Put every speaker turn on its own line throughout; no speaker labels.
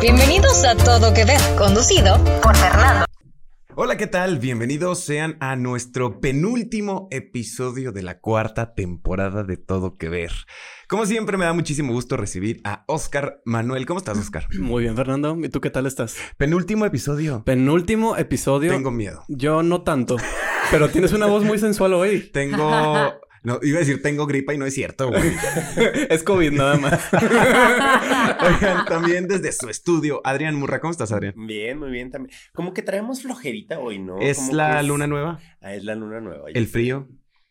bienvenidos a Todo Que Ver, conducido por Fernando.
Hola, ¿qué tal? Bienvenidos sean a nuestro penúltimo episodio de la cuarta temporada de Todo Que Ver. Como siempre, me da muchísimo gusto recibir a Oscar Manuel. ¿Cómo estás, Oscar?
Muy bien, Fernando. ¿Y tú qué tal estás?
Penúltimo episodio.
Penúltimo episodio.
Tengo miedo.
Yo no tanto, pero tienes una voz muy sensual hoy.
Tengo. No, iba a decir tengo gripa y no es cierto, güey.
Es COVID nada más.
Oigan, también desde su estudio, Adrián Murra. ¿Cómo estás, Adrián?
Bien, muy bien también. Como que traemos flojerita hoy, ¿no?
¿Es
Como
la
que es-
luna nueva?
Ah, es la luna nueva.
¿El frío?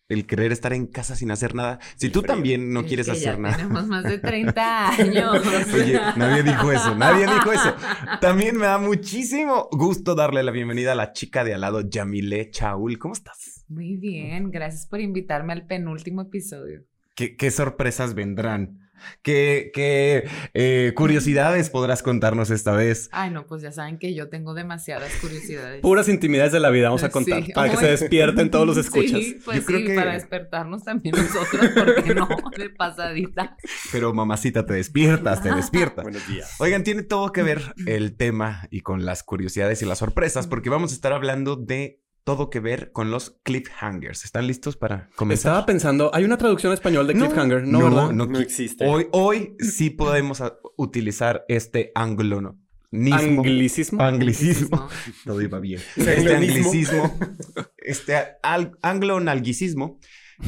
¿El querer estar en casa sin hacer nada? Si
El
tú
frío.
también no
Es
quieres
que ya
hacer nada.
Tenemos más de 30 años.
Oye, nadie dijo eso, nadie dijo eso. También me da muchísimo gusto darle la bienvenida a la chica de al lado, Yamile Chaul. ¿Cómo estás?
Muy bien, gracias por invitarme al penúltimo episodio.
¿Qué, qué sorpresas vendrán? ¿Qué, qué eh, curiosidades podrás contarnos esta vez?
Ay, no, pues ya saben que yo tengo demasiadas curiosidades.
Puras intimidades de la vida vamos a contar
Sí.
para que
Ay.
se despierten todos los escuchas.
Sí, pues
Yo creo
sí,
que-
para despertarnos también nosotros, porque no, de pasadita.
Pero mamacita, te despiertas, te despiertas.
Buenos días.
Oigan, tiene todo que ver el tema y con las curiosidades y las sorpresas, porque vamos a estar hablando de todo que ver con los cliffhangers. ¿Están listos para comenzar?
Estaba pensando, hay una traducción en español de
No,
cliffhanger, ¿no? ¿verdad?
no
No existe.
Hoy, hoy sí podemos a- utilizar este anglonismo.
Anglicismo.
Ah, Anglicismo.
No,
Todo iba bien. Este
Anglonismo.
anglicismo. Este al- anglonalguicismo.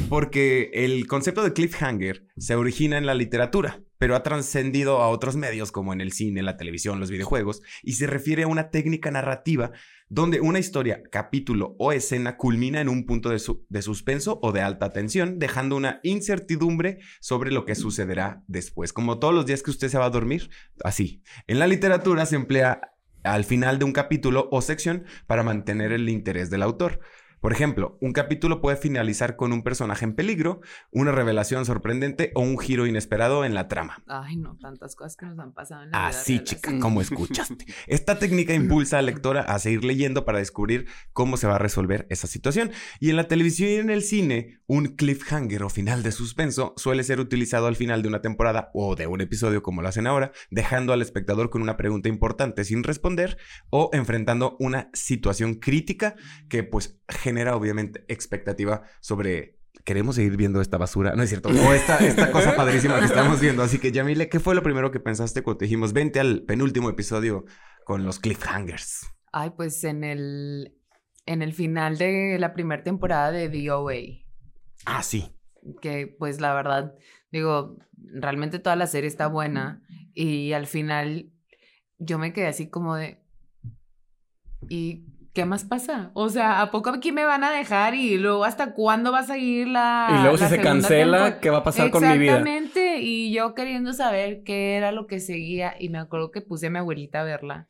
Porque el concepto de cliffhanger se origina en la literatura, pero ha trascendido a otros medios como en el cine, la televisión, los videojuegos, y se refiere a una técnica narrativa donde una historia, capítulo o escena culmina en un punto de, su- de suspenso o de alta tensión, dejando una incertidumbre sobre lo que sucederá después. Como todos los días que usted se va a dormir, así. En la literatura se emplea al final de un capítulo o sección para mantener el interés del autor. Por ejemplo, un capítulo puede finalizar con un personaje en peligro, una revelación sorprendente o un giro inesperado en la trama.
Ay, no, tantas cosas que nos han pasado en la
Ah,
vida
Así,
real,
chica, como escuchaste. Esta técnica impulsa al lector a seguir leyendo para descubrir cómo se va a resolver esa situación. Y en la televisión y en el cine, un cliffhanger o final de suspenso suele ser utilizado al final de una temporada o de un episodio como lo hacen ahora, dejando al espectador con una pregunta importante sin responder o enfrentando una situación crítica que pues genera obviamente expectativa sobre... Queremos seguir viendo esta basura, no es cierto, o esta, esta cosa padrísima que estamos viendo. Así que, Yamile, ¿qué fue lo primero que pensaste cuando te dijimos, vente al penúltimo episodio con los cliffhangers?
Ay, pues en el, en el final de la primera temporada de VOA.
Ah, sí.
que pues la verdad, digo, realmente toda la serie está buena y al final yo me quedé así como de, ¿y qué más pasa? O sea, ¿a poco aquí me van a dejar y luego hasta cuándo va a seguir la...
Y luego si
la
se
segunda
cancela,
temporada?
¿qué va a pasar con mi vida?
Exactamente, y yo queriendo saber qué era lo que seguía y me acuerdo que puse a mi abuelita a verla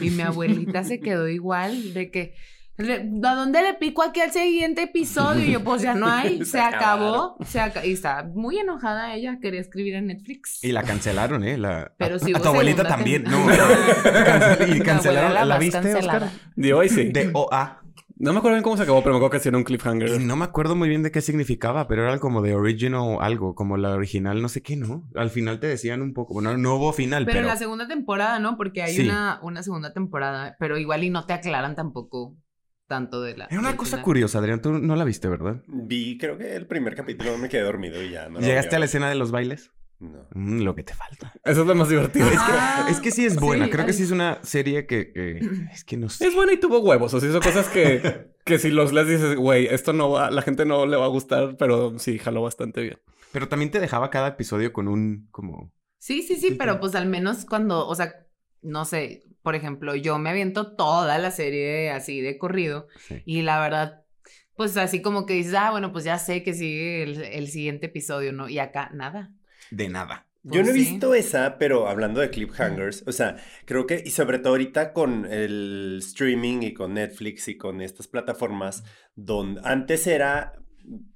y mi abuelita se quedó igual de que... le- ¿A dónde le pico aquí al siguiente episodio? Y yo, pues ya no hay, se
Se
acabó, se aca- y está muy enojada ella, quería escribir en Netflix.
Y la cancelaron, ¿eh? La...
Pero
a,
si
a
hubo
tu abuelita
segunda
también, no.
temporada.
Cancel- y
Mi
cancelaron,
abuela
¿la
más
viste,
cancelada.
Oscar?
De hoy sí.
De OA.
No me acuerdo bien cómo se acabó, pero me acuerdo que sí era un cliffhanger.
Y no me acuerdo muy bien de qué significaba, pero era como de original algo, como la original, no sé qué, ¿no? Al final te decían un poco, bueno, no hubo final,
Pero,
pero...
en la segunda temporada, ¿no? Porque hay
Sí.
una, una segunda temporada, pero igual y no te aclaran tampoco tanto de la...
Era una cosa
curiosa.
curiosa, Adrián, tú no la viste, ¿verdad?
Vi, creo que el primer capítulo me quedé dormido y ya. No lo
¿Llegaste a la
volví
escena de los bailes?
ver. No.
Mm, lo que te falta.
Eso es lo más divertido.
Ah,
Es que sí es buena,
sí,
creo que
ay.
sí es una serie que... que- es que no sé.
Es buena y tuvo huevos. O sea, hizo cosas que, que si los lees dices, güey, esto no va, la gente no le va a gustar, pero sí, jaló bastante bien.
Pero también te dejaba cada episodio con un, como...
Sí, sí, sí, pero pues al menos cuando, o sea, no sé, por ejemplo, yo me aviento toda la serie así de corrido
Sí.
y la verdad, pues así como que dices, ah, bueno, pues ya sé que sigue el, el siguiente episodio, ¿no? Y acá nada.
De nada.
Yo no he
Pues sí.
visto esa, pero hablando de cliffhangers, o sea, creo que, y sobre todo ahorita con el streaming y con Netflix y con estas plataformas, donde antes era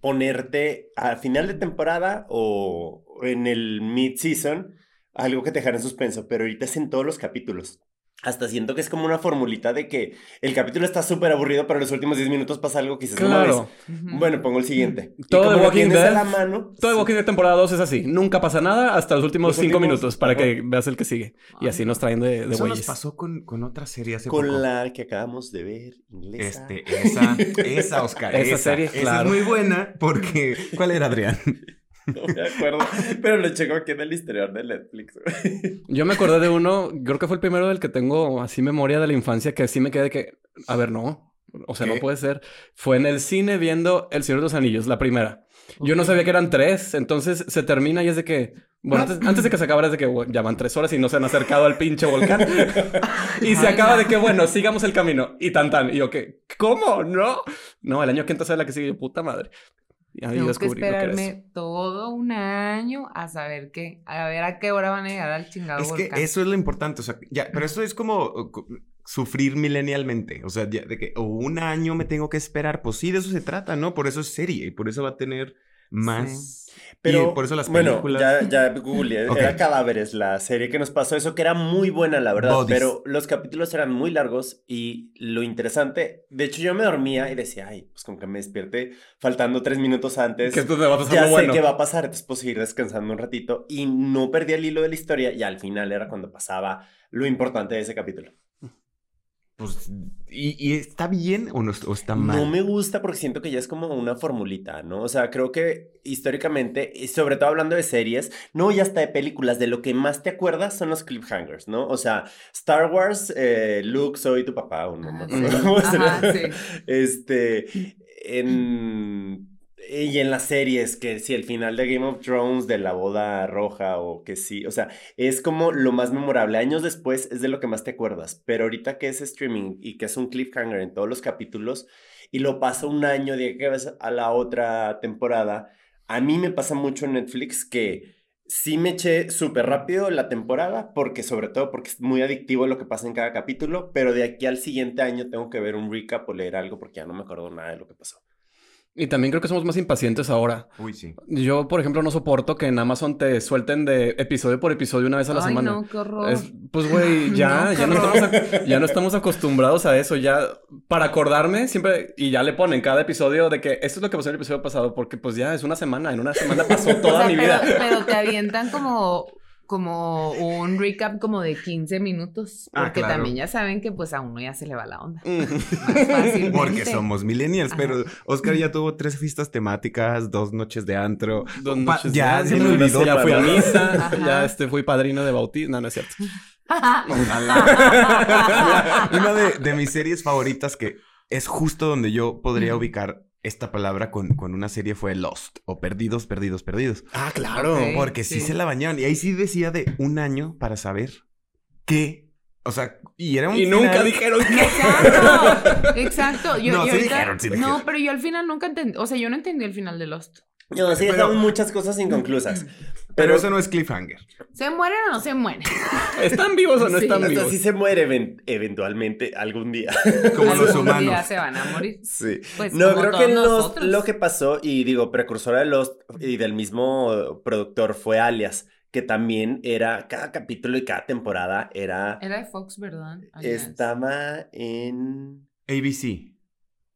ponerte al final de temporada o en el mid-season algo que te dejara en suspenso, pero ahorita es en todos los capítulos. Hasta siento que es como una formulita de que el capítulo está súper aburrido, pero en los últimos 10 minutos pasa algo que dices, no mames,
Claro. Mm.
Ujú.
Bueno, pongo el siguiente. Y
Todo
como
de
lo
Walking
tienes a
Dead.
la mano.
Todo de
sí.
Walking Dead temporada 2 es así. Nunca pasa nada hasta los últimos
Los
5
últimos,
minutos para
ajá.
que veas el que sigue. Y
Ay,
así nos traen de, de
Eso nos
güeyes.
pasó con, con otra serie hace poco.
Con la que acabamos de ver, inglesa.
Este, esa, esa, Oscar.
Esa
Esa,
serie,
Esa
claro.
es muy buena porque. ¿Cuál era, Adrián?
No me acuerdo. Pero lo checo aquí en el historial de Netflix. güey.
Yo me acordé de uno, creo que fue el primero del que tengo así memoria de la infancia, que sí me quedé que, a ver, no. O sea, no
¿Qué?
puede ser. Fue en el cine viendo El Señor de los Anillos, la primera. Yo no sabía que eran tres, entonces se termina y es de que, bueno, antes, antes de que se acabara es de que "Güey, ya van tres horas y no se han acercado al pinche volcán. y se
Ay,
acaba
no.
de que, bueno, sigamos el camino. Y tan tan. Y yo que, ¿cómo? No. No, el año que entra es la que sigue, yo, puta madre. Y ahí
Tengo que
descubrí lo que era
esperarme
eso.
todo un año a saber qué, a ver a qué hora van a llegar al chingado
Es que
volcán.
eso es lo importante. O sea, ya, pero eso es como uh, cu- sufrir milenialmente. O sea, ya de que o un año me tengo que esperar. Pues sí, de eso se trata, ¿no? Por eso es serie y por eso va a tener más.
Pero
y por eso las
bueno,
películas.
ya, ya googleé.
Ok.
Era Cadáveres, la serie que nos pasó. Eso que era muy buena, la verdad.
Bodies.
Pero los capítulos eran muy largos y lo interesante. De hecho, yo me dormía y decía, ay, pues con que me despierte faltando tres minutos antes.
Que esto te va a pasar
ya
lo
sé
bueno.
qué va a pasar, entonces puedo seguir descansando un ratito y no perdí el hilo de la historia y al final era cuando pasaba lo importante de ese capítulo.
Pues, y, y está bien o, no, o está mal?
No me gusta porque siento que ya es como una formulita, ¿no? O sea, creo que históricamente, y sobre todo hablando de series, no, y hasta de películas, de lo que más te acuerdas son los cliffhangers, ¿no? O sea, Star Wars, eh, Luke, soy tu papá, o no, no
Ah, sí.
sé cómo se
Ajá,
llama.
sí.
Este, en... Y en las series, que si el final de Game of Thrones, de la boda roja o que sí, o sea, es como lo más memorable. Años después es de lo que más te acuerdas, pero ahorita que es streaming y que es un cliffhanger en todos los capítulos y lo pasa un año de que vas a la otra temporada, a mí me pasa mucho en Netflix que sí me eché súper rápido la temporada, porque sobre todo porque es muy adictivo lo que pasa en cada capítulo, pero de aquí al siguiente año tengo que ver un recap o leer algo porque ya no me acuerdo nada de lo que pasó.
Y también creo que somos más impacientes ahora.
Uy, sí.
Yo, por ejemplo, no soporto que en Amazon te suelten de episodio por episodio una vez a la
Ay,
semana.
no, qué horror.
Es- pues, güey, ya,
No,
ya, no
qué
estamos ac- ya no estamos acostumbrados a eso. Ya, para acordarme, siempre, y ya le ponen cada episodio de que esto es lo que pasó en el episodio pasado, porque pues ya es una semana, en una semana pasó
O
toda
sea,
mi
pero,
vida.
pero te avientan como, como un recap como de 15 minutos.
Ah,
Porque
claro.
también ya saben que pues a uno ya se le va la onda.
Mm.
Más fácilmente.
Porque somos millennials,
Ajá.
pero Oscar ya tuvo tres fiestas temáticas, dos noches de antro.
Dos
Pa-
noches
ya
de-
se me
no, no,
olvidó.
Ya fui a
Ajá.
misa, ya este, fui padrino de bautismo. No, no es cierto.
Mira, una de, de mis series favoritas que es justo donde yo podría ubicar esta palabra con, con una serie fue Lost o Perdidos, Perdidos, Perdidos.
Ah,
claro. Ok.
Porque sí.
sí.
se la bañaron. Y ahí sí decía de un año para saber qué. O sea, y era un.
Y nunca
final-
dijeron que.
Exacto, exacto. Yo,
No,
y
sí
ahorita-
dijeron, sí dijeron.
no, pero yo al final nunca entendí, o sea, yo no entendí el final de Lost.
No, sí,
Pero-
dejamos muchas cosas inconclusas.
Pero eso no es cliffhanger.
¿Se mueren o no se mueren?
¿Están vivos o no
Sí.
están
Hasta
vivos?
si se muere even- eventualmente algún día.
Como los
Algún día
humanos.
se van a morir.
Sí.
Pues,
no,
como
creo
todos
que Lost,
nosotros.
lo que pasó, y digo, precursora de Lost y del mismo productor fue Alias, que también era, cada capítulo y cada temporada era,
Era de Fox, ¿verdad? Ah, Ay, ya.
estaba en...
ABC.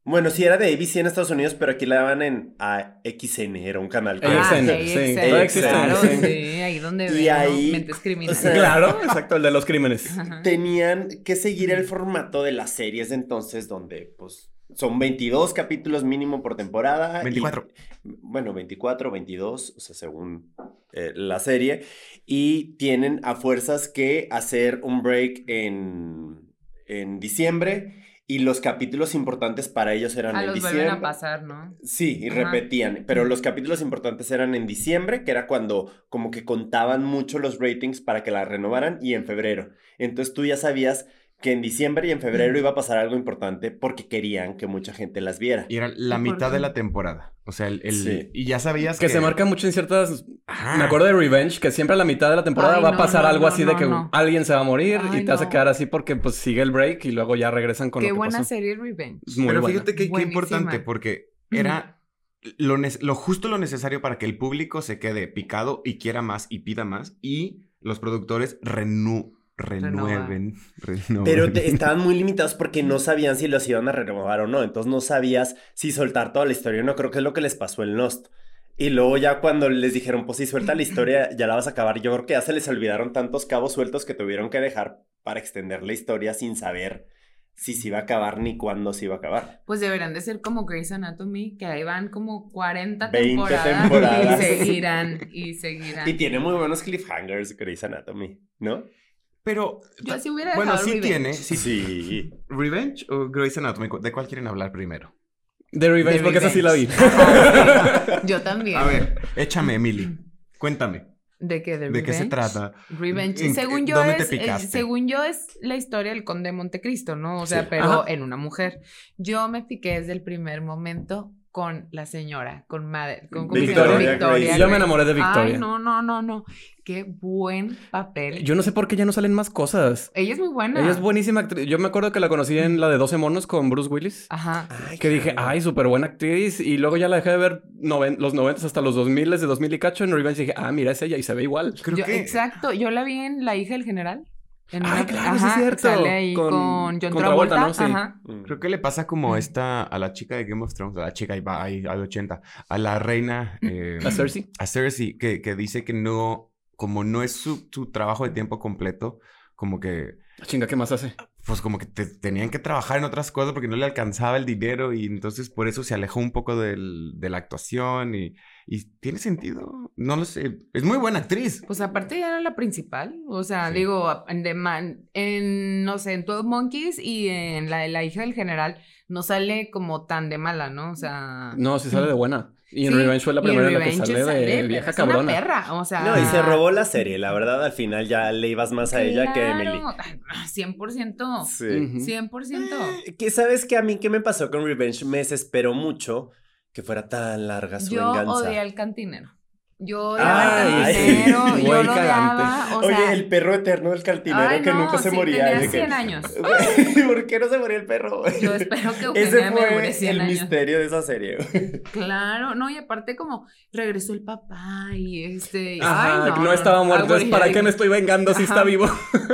Bueno, sí, era de ABC en Estados Unidos, pero aquí la daban en AXN, era un canal.
Ah,
AXN,
sí,
sí,
AXN,
todavía existen,
Claro,
sí.
sí, ahí donde
Y
veo
ahí-
mentes criminales.
o sea,
Claro, exacto, el de los crímenes.
Ajá.
tenían que seguir el formato de las series de entonces, donde pues son 22 capítulos mínimo por temporada. y-
24.
bueno, 24, 22, o sea, según eh, la serie. Y tienen a fuerzas que hacer un break en, en diciembre. Y los capítulos importantes para ellos eran
A
en
Ah, los
diciembre.
vuelven a pasar, ¿no?
Sí, y
Ajá.
repetían, pero los capítulos importantes eran en diciembre, que era cuando como que contaban mucho los ratings para que la renovaran, y en febrero. Entonces tú ya sabías que en diciembre y en febrero iba a pasar algo importante porque querían que mucha gente las viera.
Y era la
¿Y por
mitad
qué?
de la temporada. O sea, el. el-
Sí.
Y ya sabías que.
Que se marca mucho en ciertas
Ajá.
Me acuerdo de Revenge, que siempre a la mitad de la temporada
Ay,
va a
no,
pasar
no,
algo
no,
así de
no,
que
no.
alguien se va a morir y
Ay,
te hace
no.
quedar así porque pues sigue el break y luego ya regresan con
Qué
lo que
buena
pasó.
serie Revenge.
Es muy
Pero
buena.
fíjate que qué
Buenísima.
importante, porque era lo, ne- lo justo lo necesario para que el público se quede picado y quiera más y pida más. Y los productores renu- renueven, renueven.
Pero te- estaban muy limitados porque no sabían si los iban a renovar o no. Entonces no sabías si soltar toda la historia o no. Creo que es lo que les pasó en Lost. Y luego ya cuando les dijeron, pues si suelta la historia, ya la vas a acabar. Yo creo que ya se les olvidaron tantos cabos sueltos que tuvieron que dejar para extender la historia sin saber si se iba a acabar ni cuándo se iba a acabar.
Pues deberán de ser como Grey's Anatomy, que ahí van como 40
20
temporadas,
temporadas.
y seguirán y seguirán.
Y tiene muy buenos cliffhangers Grey's Anatomy, ¿no?
Pero
Yo sí hubiera
bueno,
dejado
sí
Revenge.
tiene. sí-
Sí.
¿Revenge o Grey's Anatomy? ¿De cuál quieren hablar primero?
The Revenge,
The
porque esa sí la vi.
Yo también.
A ver, échame, Emily. Cuéntame,
¿De qué? Mm. ¿De,
¿de qué se
Revenge?
trata?
Revenge.
¿En-
según yo
dónde te
es, eh,
picaste?
según yo es la historia del conde de Montecristo, ¿no? O sea,
Sí.
pero
Ajá.
en una mujer. Yo me piqué desde el primer momento con la señora, con madre, con ¿cómo se llama?
Victoria Grace.
Yo me
Grace.
enamoré de Victoria.
Ay, no, no, no, no. Qué buen papel.
Yo no sé por qué ya no salen más cosas.
Ella es muy buena.
Ella es buenísima actriz. Yo me acuerdo que la conocí en la de 12 monos con Bruce Willis.
Ajá.
que dije, ay, súper buena actriz. Y luego ya la dejé de ver noven- los 90 hasta los 2000, de 2000 y cacho. En Revenge dije, ah, mira, es ella y se ve igual.
Creo
Yo-
que
Exacto, yo la vi en La hija del general. En
Ay,
una-
claro, sí es cierto.
Sale ahí
Con-
con, John
con
Travolta,
Travolta, ¿no? Sí.
Ajá.
Mm.
Creo que le pasa
Mm.
como esta a la chica de Game of Thrones, a la chica ahí va, ahí, al 80, a la reina. eh,
A Cersei.
a Cersei, que, que dice que no, como no es su, su trabajo de tiempo completo, como que,
Ah, Chinga, ¿qué más hace?
pues como que te- tenían que trabajar en otras cosas porque no le alcanzaba el dinero y entonces por eso se alejó un poco del- de la actuación y, y tiene sentido, no lo sé, es muy buena actriz.
Pues aparte ella era la principal. O sea,
Sí.
digo, a- de man- en, no sé, en 12 Monkeys y en la de la hija del general no sale como tan de mala, ¿no? O sea.
No, sí sale de buena. Y en
sí,
Revenge fue la
y en
primera en la que
Revenge
sale de
pero
vieja
es una
cabrona.
perra, o sea.
No, y se robó la serie. La verdad, al final ya le ibas más a ella que a Emily.
Claro. Ah, Ay, 100%.
Sí.
Ujú.
100%.
Eh, Que sabes que a mí que me pasó con Revenge me desesperó mucho que fuera tan larga su
Yo
venganza.
odié al cantinero. Yo odiaba
Ay,
al cantinero,
sí. Güey,
yo lo odiaba.
cagante.
O sea,
Oye, el perro eterno del cantinero
ay,
que
no,
nunca se
sí,
moría.
Tenía
de que-
100 años.
¿Por qué no se moría el perro?
Yo espero que
Ese
Eugenia me dure
fue
100
el
años.
misterio de esa serie.
Claro, no, y aparte como regresó el papá y este... y-
Ajá,
ay,
no, estaba muerto.
Ah,
Es
bueno,
¿Para
ya
qué me
dimos-
estoy vengando si está
Ajá.
vivo?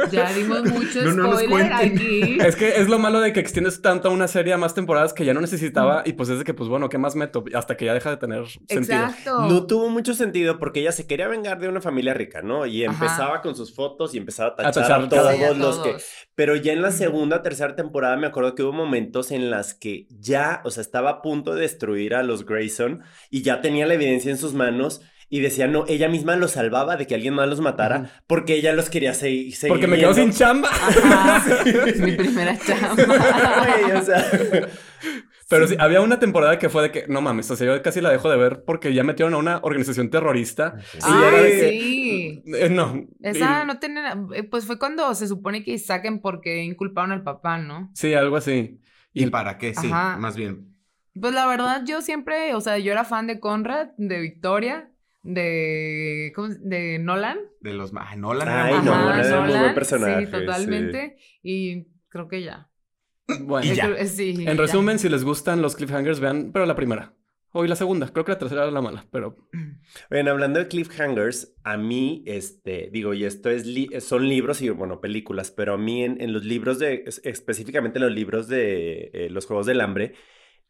Ya dimos mucho
No, no nos
spoiler
cuenten.
aquí.
Es que es lo malo de que extiendes tanto a una serie a más temporadas que ya no necesitaba. Y pues es de que, pues bueno, ¿qué más meto? Hasta que ya deja de tener sentido.
Exacto.
No tuvo mucho sentido porque ella se quería vengar de una familia rica, ¿no? Y
Ajá.
empezaba con sus fotos y empezaba a
A
tachar a
tachar
Sí,
todos,
a
los que...
todos.
Pero ya en la segunda, tercera temporada me acuerdo que hubo momentos en las que ya, o sea, estaba a punto de destruir a los Grayson y ya tenía la evidencia en sus manos y decía, no, ella misma los salvaba de que alguien más los matara
Ujú.
porque ella los quería seguir. seguir
Porque me quedo sin
viendo.
chamba.
Ajá, mi primera chamba.
Güey, o sea,
Pero sí. había una temporada que fue de que, no mames, o sea, yo casi la dejo de ver porque ya metieron a una organización terrorista. era de
Ay,
que-
sí.
Eh, no.
Esa
Y-
no tiene... na- eh, Pues fue cuando se supone que saquen porque inculparon al papá, ¿no?
Sí, algo así.
¿Y para qué? Sí,
Ajá.
más bien.
Pues la verdad, yo siempre, o sea, yo era fan de Conrad, de Victoria, de, ¿cómo se- de Nolan.
De los... ma- Ay, no, la
Ay,
nada
no,
más.
Nolan era muy buen personaje,
Sí, totalmente. Y creo que ya.
Bueno.
Y ya.
Creo- Sí, ya.
En resumen, si les gustan los cliffhangers, vean, pero la primera. Hoy la segunda. Creo que la tercera era la mala, pero
Bueno, hablando de cliffhangers, a mí, este, digo, y esto es li- son libros y, bueno, películas, pero a mí en, en los libros de, es- específicamente en los libros de eh, los Juegos del Hambre,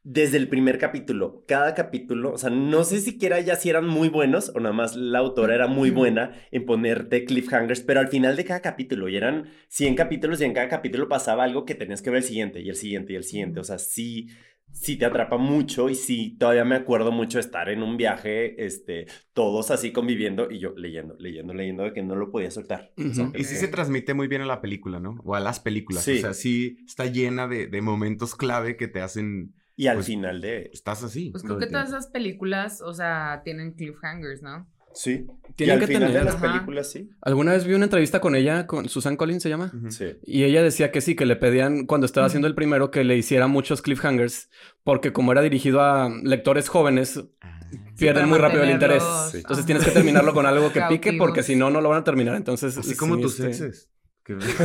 desde el primer capítulo, cada capítulo, o sea, no sé siquiera ya si eran muy buenos o nada más la autora era muy buena en ponerte cliffhangers, pero al final de cada capítulo, y eran 100 capítulos y en cada capítulo pasaba algo que tenías que ver el siguiente y el siguiente y el siguiente, o sea, sí. Sí te atrapa mucho y sí, todavía me acuerdo mucho de estar en un viaje, este, todos así conviviendo y yo leyendo, leyendo, leyendo de que no lo podía soltar. O sea,
Ujú.
creo
Y sí
que-
se transmite muy bien a la película, ¿no? O a las películas.
Sí.
O sea, sí está llena de, de momentos clave que te hacen...
y al
pues-
final de...
Estás así.
Pues
todo
creo que
el tiempo.
todas esas películas, o sea, tienen cliffhangers, ¿no?
Sí. Y
tienen
al
que
final
tener.
de las
Ajá.
películas, sí.
Alguna vez vi una entrevista con ella, con Susan Collins se llama.
Ujú.
Sí.
Y ella decía que sí, que le pedían cuando estaba
Ujú.
haciendo el primero que le hiciera muchos cliffhangers, porque como era dirigido a lectores jóvenes,
Ah.
pierden
para
muy rápido el interés.
mantenerlos,
Sí.
Entonces
ajá.
tienes que terminarlo con algo que pique,
Cautivos.
porque si no, no lo van a terminar. Entonces,
Así como
sí,
tus
este,
exes.
Que-
Que vamos,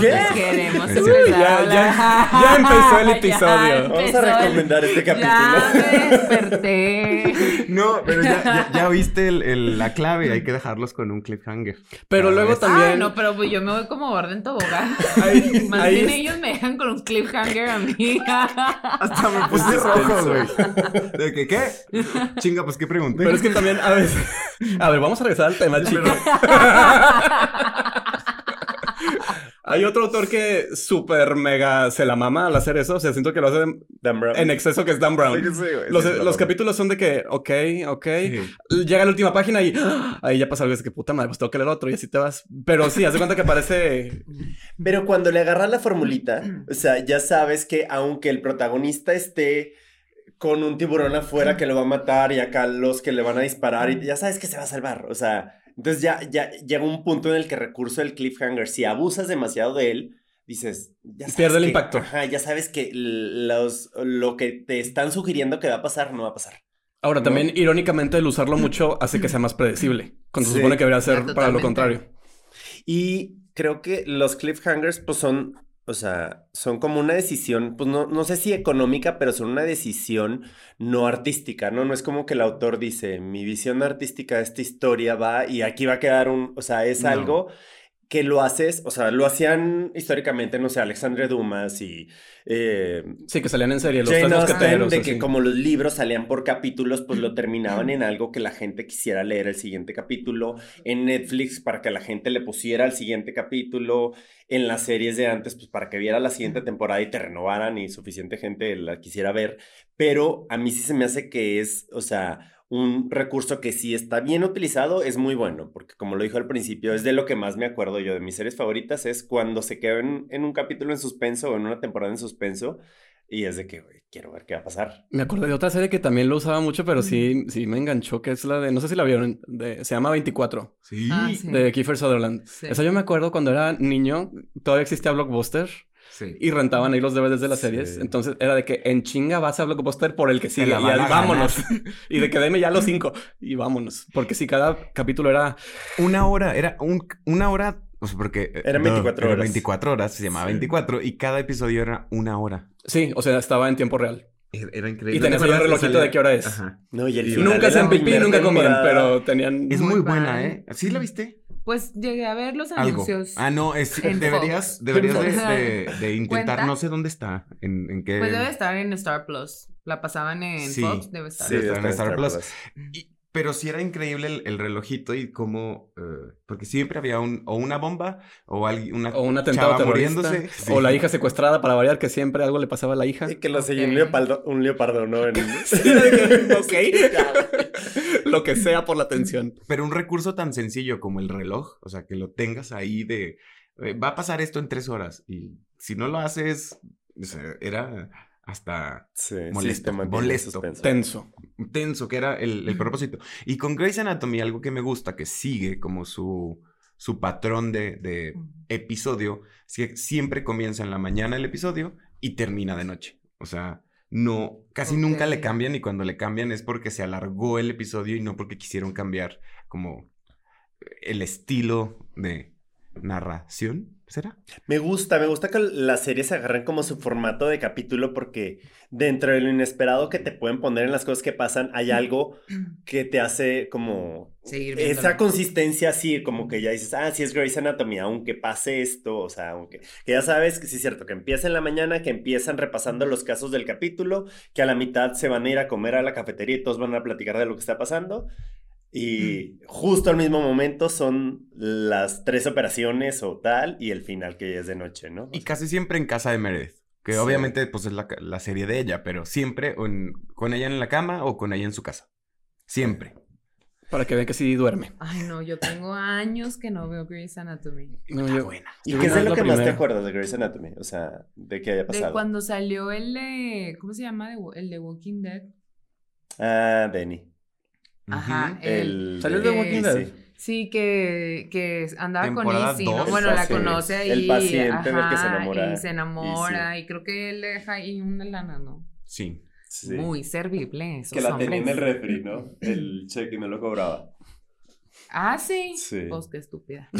¿Qué?
nos queremos
Sí,
empezar
ya-
a hablar.
ya- ya empezó el episodio.
empezó
Vamos a
el-
recomendar este
Ya
capítulo.
me desperté.
No, pero ya, ya, ya oíste el- el- la clave. Hay que dejarlos con un cliffhanger.
Pero
Cada
luego
vez.
también.
Ah, no, pero pues yo me voy como gorda en tobogán.
Ahí-
Más
ahí
bien
es-
ellos me dejan con un cliffhanger a mí.
Hasta me puse rojo, güey. Pues ¿De que qué? Chinga, pues qué pregunté.
Pero es que también a veces. A ver, vamos a regresar al tema, chicos. Hay otro autor que súper mega se la mama al hacer eso. O sea, siento que lo hace
Dan Brown.
en exceso, que es Dan Brown.
Sí, sí, güey,
Los,
sí, claro.
los capítulos son de que, ok, ok. Llega a la última página y ¡ah! ahí ya pasa algo. Es que puta madre, pues tengo que leer otro y así te vas. Pero sí, haz de cuenta que aparece.
Pero cuando le agarras la formulita, o sea, ya sabes que aunque el protagonista esté con un tiburón afuera que lo va a matar y acá los que le van a disparar, y ya sabes que se va a salvar. O sea, entonces ya, ya llega un punto en el que recurso del cliffhanger, si abusas demasiado de él, dices, ya sabes
Pierde el
que-
impacto.
Ajá, ya sabes que los, lo que te están sugiriendo que va a pasar no va a pasar.
Ahora, también irónicamente, el usarlo mucho hace que sea más predecible. Cuando se
Sí.
supone que debería
Ya,
ser para lo
totalmente.
contrario.
Y creo que los cliffhangers, pues son, o sea, son como una decisión, pues no, no sé si económica, pero son una decisión no artística, ¿no? No es como que el autor dice, mi visión artística de esta historia va y aquí va a quedar un, o sea, es
No.
algo que lo haces, o sea, lo hacían históricamente, no sé, Alexandre Dumas y eh,
Sí, que salían en serie los tres
Jane Austen,
mosqueteros.
de que
así.
como los libros salían por capítulos, pues lo terminaban en algo que la gente quisiera leer el siguiente capítulo, en Netflix para que la gente le pusiera el siguiente capítulo, en las series de antes, pues para que viera la siguiente temporada y te renovaran y suficiente gente la quisiera ver, pero a mí sí se me hace que es, o sea... Un recurso que si está bien utilizado es muy bueno, porque como lo dijo al principio, es de lo que más me acuerdo yo de mis series favoritas, es cuando se quedan en un capítulo en suspenso o en una temporada en suspenso y es de que, güey, quiero ver qué va a pasar.
Me acordé de otra serie que también lo usaba mucho, pero sí, sí me enganchó, que es la de, no sé si la vieron, de- se llama 24,
Sí.
Ah, sí.
de Kiefer Sutherland.
Sí.
Esa yo me acuerdo cuando era niño, todavía existía Blockbuster
Sí.
y rentaban ahí los DVDs de las
Sí.
series. Entonces era de que en chinga vas a Blockbuster por el que sigue
la
y
van
ya
a
vámonos. y de que deme ya los cinco y vámonos. Porque si cada capítulo era
Una hora, era un, una hora, o sea, porque... eh,
Era 24
era
horas.
24 horas, se llamaba
Sí.
24 y cada episodio era una hora.
Sí, o sea, estaba en tiempo real.
Era, era increíble.
Y tenías ahí un
¿Te acuerdas que
relojito
salía-
de qué hora es.
Ajá.
No, y el
Y
final
nunca
de la
hacían pipí,
primera
nunca comían,
temporada.
pero tenían...
Es muy,
Muy
buena,
padre.
¿eh? ¿Sí la viste?
Pues llegué a ver los
Algo.
anuncios.
Ah, no, es,
En
deberías,
Fox.
deberías de,
En Fox.
de- de intentar,
¿Cuenta?
no sé dónde está, en, en qué...
Pues debe estar en Star Plus. La pasaban en
Sí,
Fox, debe estar.
Sí,
Sí, está en
está en
Star
Star
Plus.
Plus.
Y- pero sí era increíble el, el relojito y cómo... eh, porque siempre había un, o una bomba o alguien, una...
O un atentado
Chava
terrorista.
muriéndose. Sí.
O la hija secuestrada para variar, que siempre algo le pasaba a la hija.
Y que lo seguía un
Ok.
leopardo, un leopardo, ¿no? En-
ok. Lo que sea por la atención.
Pero un recurso tan sencillo como el reloj, o sea, que lo tengas ahí de... eh, va a pasar esto en tres horas y si no lo haces, o sea, era hasta
Sí,
Molesto,
sí, te mantiene en
molesto.
suspenso.
Tenso.
tenso, que era el, el propósito. Y con Grey's Anatomy, algo que me gusta, que sigue como su, su patrón de, de episodio, es que siempre comienza en la mañana el episodio y termina de noche. O sea, no, casi nunca le
Ok.
cambian y cuando le cambian es porque se alargó el episodio y no porque quisieron cambiar como el estilo de narración, ¿será?
Me gusta, me gusta que las series agarren como su formato de capítulo porque dentro de lo inesperado que te pueden poner en las cosas que pasan, hay algo que te hace como
Seguir viendo.
esa consistencia así, como que ya dices, ah, sí es Grey's Anatomy, aunque pase esto, o sea, aunque que ya sabes que sí es cierto, que empieza en la mañana, que empiezan repasando los casos del capítulo, que a la mitad se van a ir a comer a la cafetería y todos van a platicar de lo que está pasando. Y justo al mismo momento son las tres operaciones o tal, y el final que ya es de noche, ¿no?
Y casi siempre en casa de Meredith. Que
Sí.
obviamente pues es la, ca- la serie de ella, pero siempre o en- con ella en la cama o con ella en su casa. Siempre.
Para que vean que sí duerme.
Ay, no, yo tengo años que no veo Grey's Anatomy.
No,
Está
yo-
Ah, buena.
¿Y
yo
qué
vi
es de
la
lo que más te
primera.
acuerdas de Grey's Anatomy? O sea, de que haya
De
pasado.
cuando salió el de. ¿Cómo se llama? De- El de Walking Dead.
Ah, Benny.
Ajá.
Ujú.
El...
El
¿Salió
de Walking
Dead?
sí.
Sí, que, que andaba
Temporada
con Izzy, ¿no?
dos,
Bueno, la
sí.
conoce ahí.
El paciente del que se
ajá,
enamora,
Y se enamora. Y creo que él le deja ahí una lana, ¿no?
Sí.
Sí.
Muy servible. Esos
que la tenía en el
hombres.
refri, ¿no? El cheque y no lo cobraba.
Ah, sí.
Sí.
Pues qué estúpida.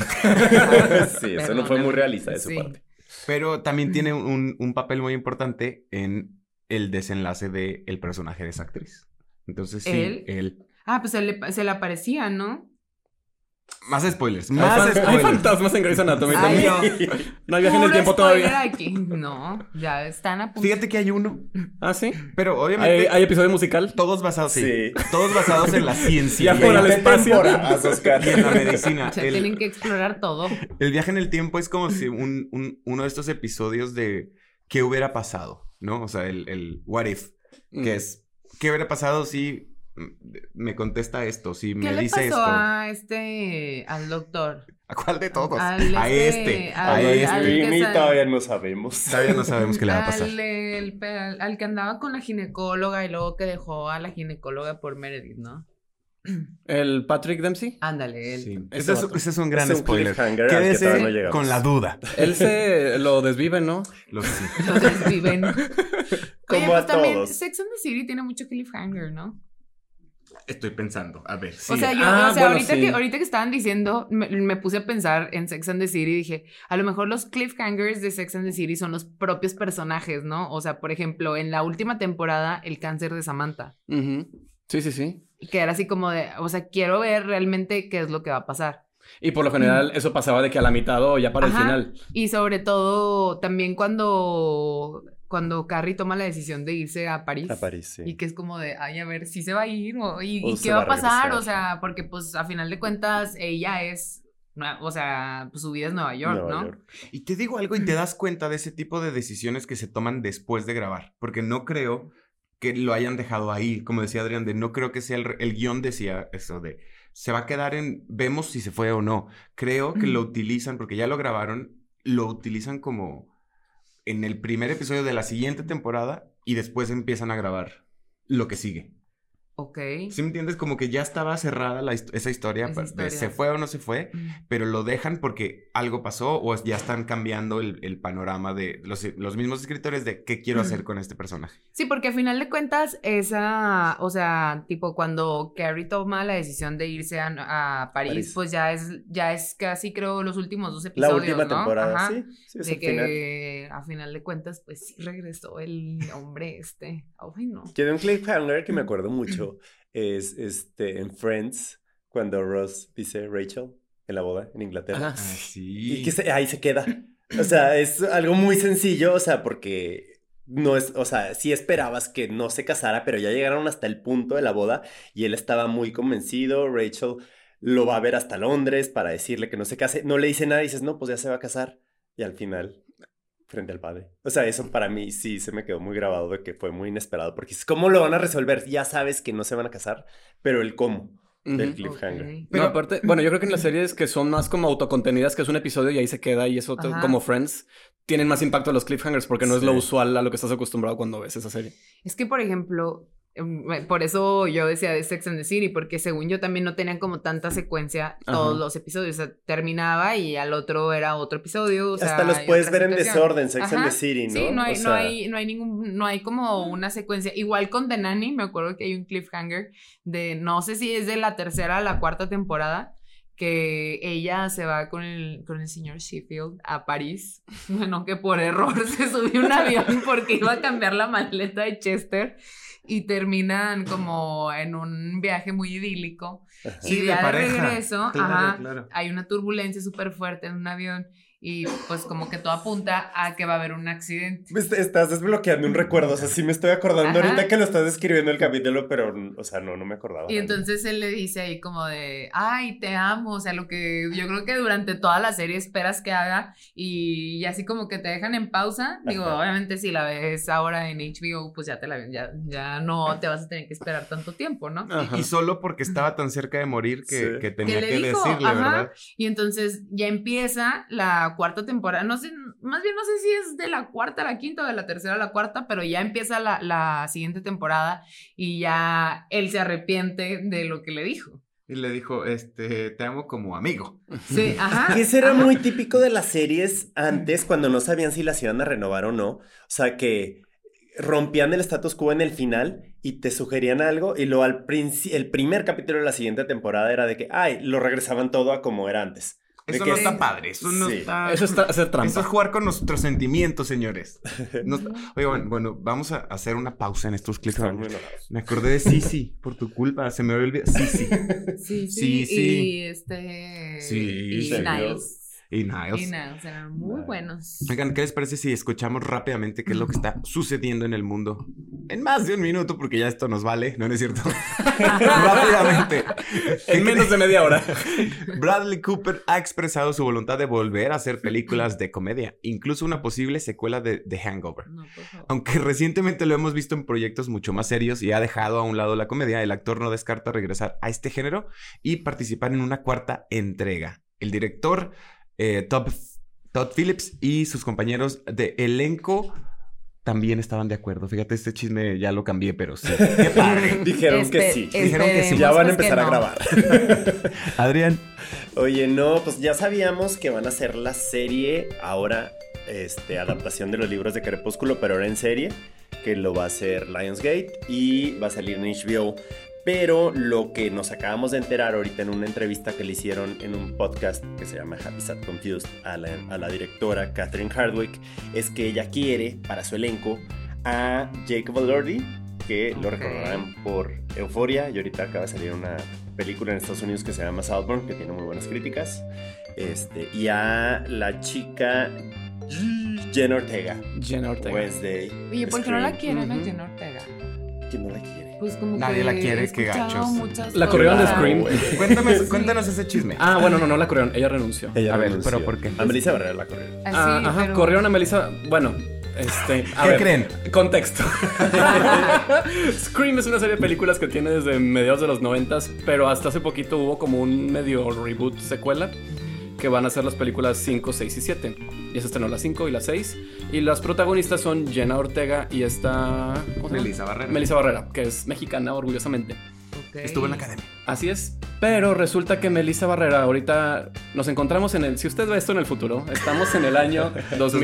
sí, eso no fue muy
Perdóname.
realista de su
Sí.
parte.
Pero también tiene un, un papel muy importante en el desenlace del el personaje de esa actriz. Entonces, sí,
¿Él?
él.
Ah, pues se le, se le aparecía, ¿no?
Más spoilers,
Hay
más
fan-
spoilers.
Hay fantasmas en Grey's
Pues,
Anatomy
Ay,
también.
no.
No hay viaje en el
Puro
tiempo
spoiler
todavía.
aquí. No, ya están a punto.
Fíjate que hay uno,
Ah, sí.
pero
Hay,
obviamente
hay episodio musical.
todos basados, sí,
Sí.
todos basados en la ciencia
Ya fuera al
y
Veinte
espacio.
temporadas, Oscar.
en la medicina.
O sea,
El-
tienen que explorar todo.
El viaje en el tiempo es como si un, un- uno de estos episodios de qué hubiera pasado, ¿no? O sea, el, el what if,
Mm.
que es Mm. qué hubiera pasado si mm, me contesta esto, si
¿Qué
me
le pasó
dice esto. ¿A
a este, al doctor?
cuál de todos?
Al
a
este,
este, a
al-
este.
al-
Streaming
que se-
todavía no sabemos.
Todavía no sabemos qué le va a pasar.
Al, el pe- al- al que andaba con la ginecóloga y luego que dejó a la ginecóloga por Meredith, ¿no?
El Patrick Dempsey.
Ándale, él.
Sí.
Ese
Ese es,
vato.
ese es un gran
Es un
spoiler.
cliffhanger al que
Quédese
todavía no llegamos.
con la duda.
Él se lo desvive, ¿no?
Lo sí.
Entonces viven. Oye,
Como
pues
a
también
todos.
Sex and the City tiene mucho cliffhanger, ¿no?
Estoy pensando. A ver, sí.
O sea, yo,
Ah,
o sea,
bueno,
ahorita,
sí.
que, ahorita que estaban diciendo, me, me puse a pensar en Sex and the City y dije, a lo mejor los cliffhangers de Sex and the City son los propios personajes, ¿no? O sea, por ejemplo, en la última temporada, el cáncer de Samantha,
Ujú. Sí, sí, sí.
que era así como de, o sea, quiero ver realmente qué es lo que va a pasar.
Y por lo general eso pasaba de que a la mitad o ya para
Ajá.
el final.
Y sobre todo, también cuando, cuando Carrie toma la decisión de irse a París.
A París, sí.
Y que es como de, ay, a ver si se va a ir o, y,
O
y
se
qué va
va
a
a
pasar.
regresar.
O sea, porque pues a final de cuentas ella es, nue- o sea, pues, su vida es Nueva York,
Nueva
¿no?
York.
Y te digo algo y te das cuenta de ese tipo de decisiones que se toman después de grabar, porque no creo que lo hayan dejado ahí, como decía Adrián, de no creo que sea el, re- el guión decía eso de se va a quedar en vemos si se fue o no. Creo que lo utilizan porque ya lo grabaron, lo utilizan como en el primer episodio de la siguiente temporada y después empiezan a grabar lo que sigue.
Ok.
¿Sí me entiendes? Como que ya estaba cerrada la hist- esa historia,
Esa
pa-
historia.
de se fue o no se fue pero lo dejan porque algo pasó o ya están cambiando el, el panorama de los, los mismos escritores de qué quiero hacer con este personaje.
Sí, porque a final de cuentas, esa, o sea, tipo cuando Carrie toma la decisión de irse a, a París,
París.
pues ya es, ya es casi creo los últimos dos
La
episodios.
última
¿no?
temporada,
Ajá.
sí. sí es
De
el final.
que a final de cuentas, pues sí regresó el hombre este. Ay, no.
Tiene un cliffhanger que me acuerdo mucho. Es este en Friends, cuando Ross dice Rachel en la boda en Inglaterra.
Ajá.
sí.
Y que se- ahí se queda. O sea, es algo muy sencillo, o sea, porque no es, o sea, sí esperabas que no se casara, pero ya llegaron hasta el punto de la boda y él estaba muy convencido, Rachel lo va a ver hasta Londres para decirle que no se case, no le dice nada, y dices, no, pues ya se va a casar y al final frente al padre. O sea, eso para mí sí se me quedó muy grabado de que fue muy inesperado, porque es cómo lo van a resolver, ya sabes que no se van a casar, pero el cómo del
Ujú.
cliffhanger.
Ok.
No, aparte, bueno, yo creo que en las series que son más como autocontenidas, que es un episodio y ahí se queda y eso te-
Ajá.
como Friends, tienen más impacto los cliffhangers porque no es
Sí.
lo usual a lo que estás acostumbrado cuando ves esa serie.
Es que, por ejemplo, em, por eso yo decía de Sex and the City, porque según yo también no tenían como tanta secuencia todos
Ajá.
los episodios. O sea, terminaba y al otro era otro episodio. o sea,
Hasta los
y
puedes
otra
ver en
situación.
desorden, Sex and
Ajá.
the City, ¿no?
Sí, no hay,
O
no,
sea,
hay, no hay ningún, no hay como una secuencia. Igual con The Nanny, me acuerdo que hay un cliffhanger de, no sé si es de la tercera a la cuarta temporada, que ella se va con el, con el señor Sheffield a París. Bueno, que por error se subió a un avión porque iba a cambiar la maleta de Chester y terminan como en un viaje muy idílico.
Sí,
y
de
ya de
pareja.
regreso,
Claro,
ajá,
claro.
hay una turbulencia súper fuerte en un avión y pues como que todo apunta a que va a haber un accidente.
Me est- Estás desbloqueando un recuerdo, o sea, sí me estoy acordando
Ajá.
ahorita que lo estás describiendo el capítulo, pero, mm, o sea, no, no me acordaba.
Y entonces él le dice ahí como de, ay, te amo, o sea, lo que yo creo que durante toda la serie esperas que haga y, y así como que te dejan en pausa. Digo,
Ajá.
obviamente si la ves ahora en HBO, pues ya te la ya, ya no te vas a tener que esperar tanto tiempo, ¿no?
Ajá.
Y solo porque estaba tan cerca de morir que,
Sí.
que tenía
le
que
dijo,
decirle,
ajá.
¿verdad?
Y entonces ya empieza la cuarta temporada, no sé, más bien no sé si es de la cuarta a la quinta o de la tercera a la cuarta, pero ya empieza la, la siguiente temporada y ya él se arrepiente de lo que le dijo.
Y le dijo, este, te amo como amigo.
Sí, ajá.
Que ese era
ah, ajá.
muy típico de las series antes, cuando no sabían si las iban a renovar o no. O sea, que rompían el status quo en el final y te sugerían algo y luego al princi- el primer capítulo de la siguiente temporada era de que, ay, lo regresaban todo a como era antes. De
Eso
que
no
es-
está padre. Eso no
Sí.
está.
Eso es tra- hacer
Eso es
trampa.
jugar con nuestros sentimientos, señores. No está- Oigan, bueno, vamos a hacer una pausa en estos clips.
Están muy enojados.
Me acordé de Sisi, por tu culpa. Se me había olvidado. Sisi.
Sí, sí.
Sí, sí.
Y este.
Sí,
y
sí.
Niles.
Y Niles.
Y Niles eran muy buenos.
Oigan, ¿qué les parece si escuchamos rápidamente qué es lo que está sucediendo en el mundo? En más de un minuto, porque ya esto nos vale, ¿no, no es cierto? rápidamente.
En menos de media hora.
Bradley Cooper ha expresado su voluntad de volver a hacer películas de comedia, incluso una posible secuela de The Hangover.
No, por favor.
Aunque recientemente lo hemos visto en proyectos mucho más serios y ha dejado a un lado la comedia, el actor no descarta regresar a este género y participar en una cuarta entrega. El director eh, Todd, Todd Phillips y sus compañeros de elenco también estaban de acuerdo. Fíjate, este chisme ya lo cambié, pero sí. Qué padre.
Dijeron que
Espe-
sí.
Dijeron que sí.
Este, esperemos,
Ya van a
pues, que
empezar a
no.
grabar.
Adrián,
Oye, no, pues ya sabíamos que van a hacer la serie ahora, este, adaptación de los libros de Crepúsculo, pero ahora en serie, que lo va a hacer Lionsgate y va a salir en HBO. Pero lo que nos acabamos de enterar ahorita en una entrevista que le hicieron en un podcast que se llama Happy Sad Confused a la, a la directora Catherine Hardwick es que ella quiere para su elenco a Jake Valordi, que lo
Ok.
recordarán por Euforia y ahorita acaba de salir una película en Estados Unidos que se llama Southbound, que tiene muy buenas críticas. Este, y a la chica Jen Ortega,
Jenna Ortega.
Wednesday.
Oye, ¿por qué no la
Scream.
quieren a
Ujú.
Jen Ortega?
¿Quién no la quiere? Ah,
Pues como
Nadie
que
la quiere,
he
qué
escuchado
gachos.
muchas
La corrieron de
cosas.
Scream.
cuéntame-
Sí.
cuéntanos ese chisme.
Ah, bueno, no, no la corrieron. Ella renunció.
Ella
A ver,
renunció.
pero ¿por qué?
A Melissa Barrera la corrieron.
Ah,
Ah,
sí,
ajá,
pero-
corrieron a Melissa. Bueno, este. A
¿Qué
ver,
creen?
Contexto. Scream es una serie de películas que tiene desde mediados de los 90, pero hasta hace poquito hubo como un medio reboot secuela que van a ser las películas 5, 6 y 7. Y se estrenó la 5 y la 6. Y las protagonistas son Jenna Ortega y esta. ¿cómo se llama?
Melissa Barrera.
Melissa Barrera, que es mexicana orgullosamente.
Ok.
Estuvo en la academia.
Así es. Pero resulta que Melissa Barrera, ahorita nos encontramos en el. Si usted ve esto en el futuro, estamos en el año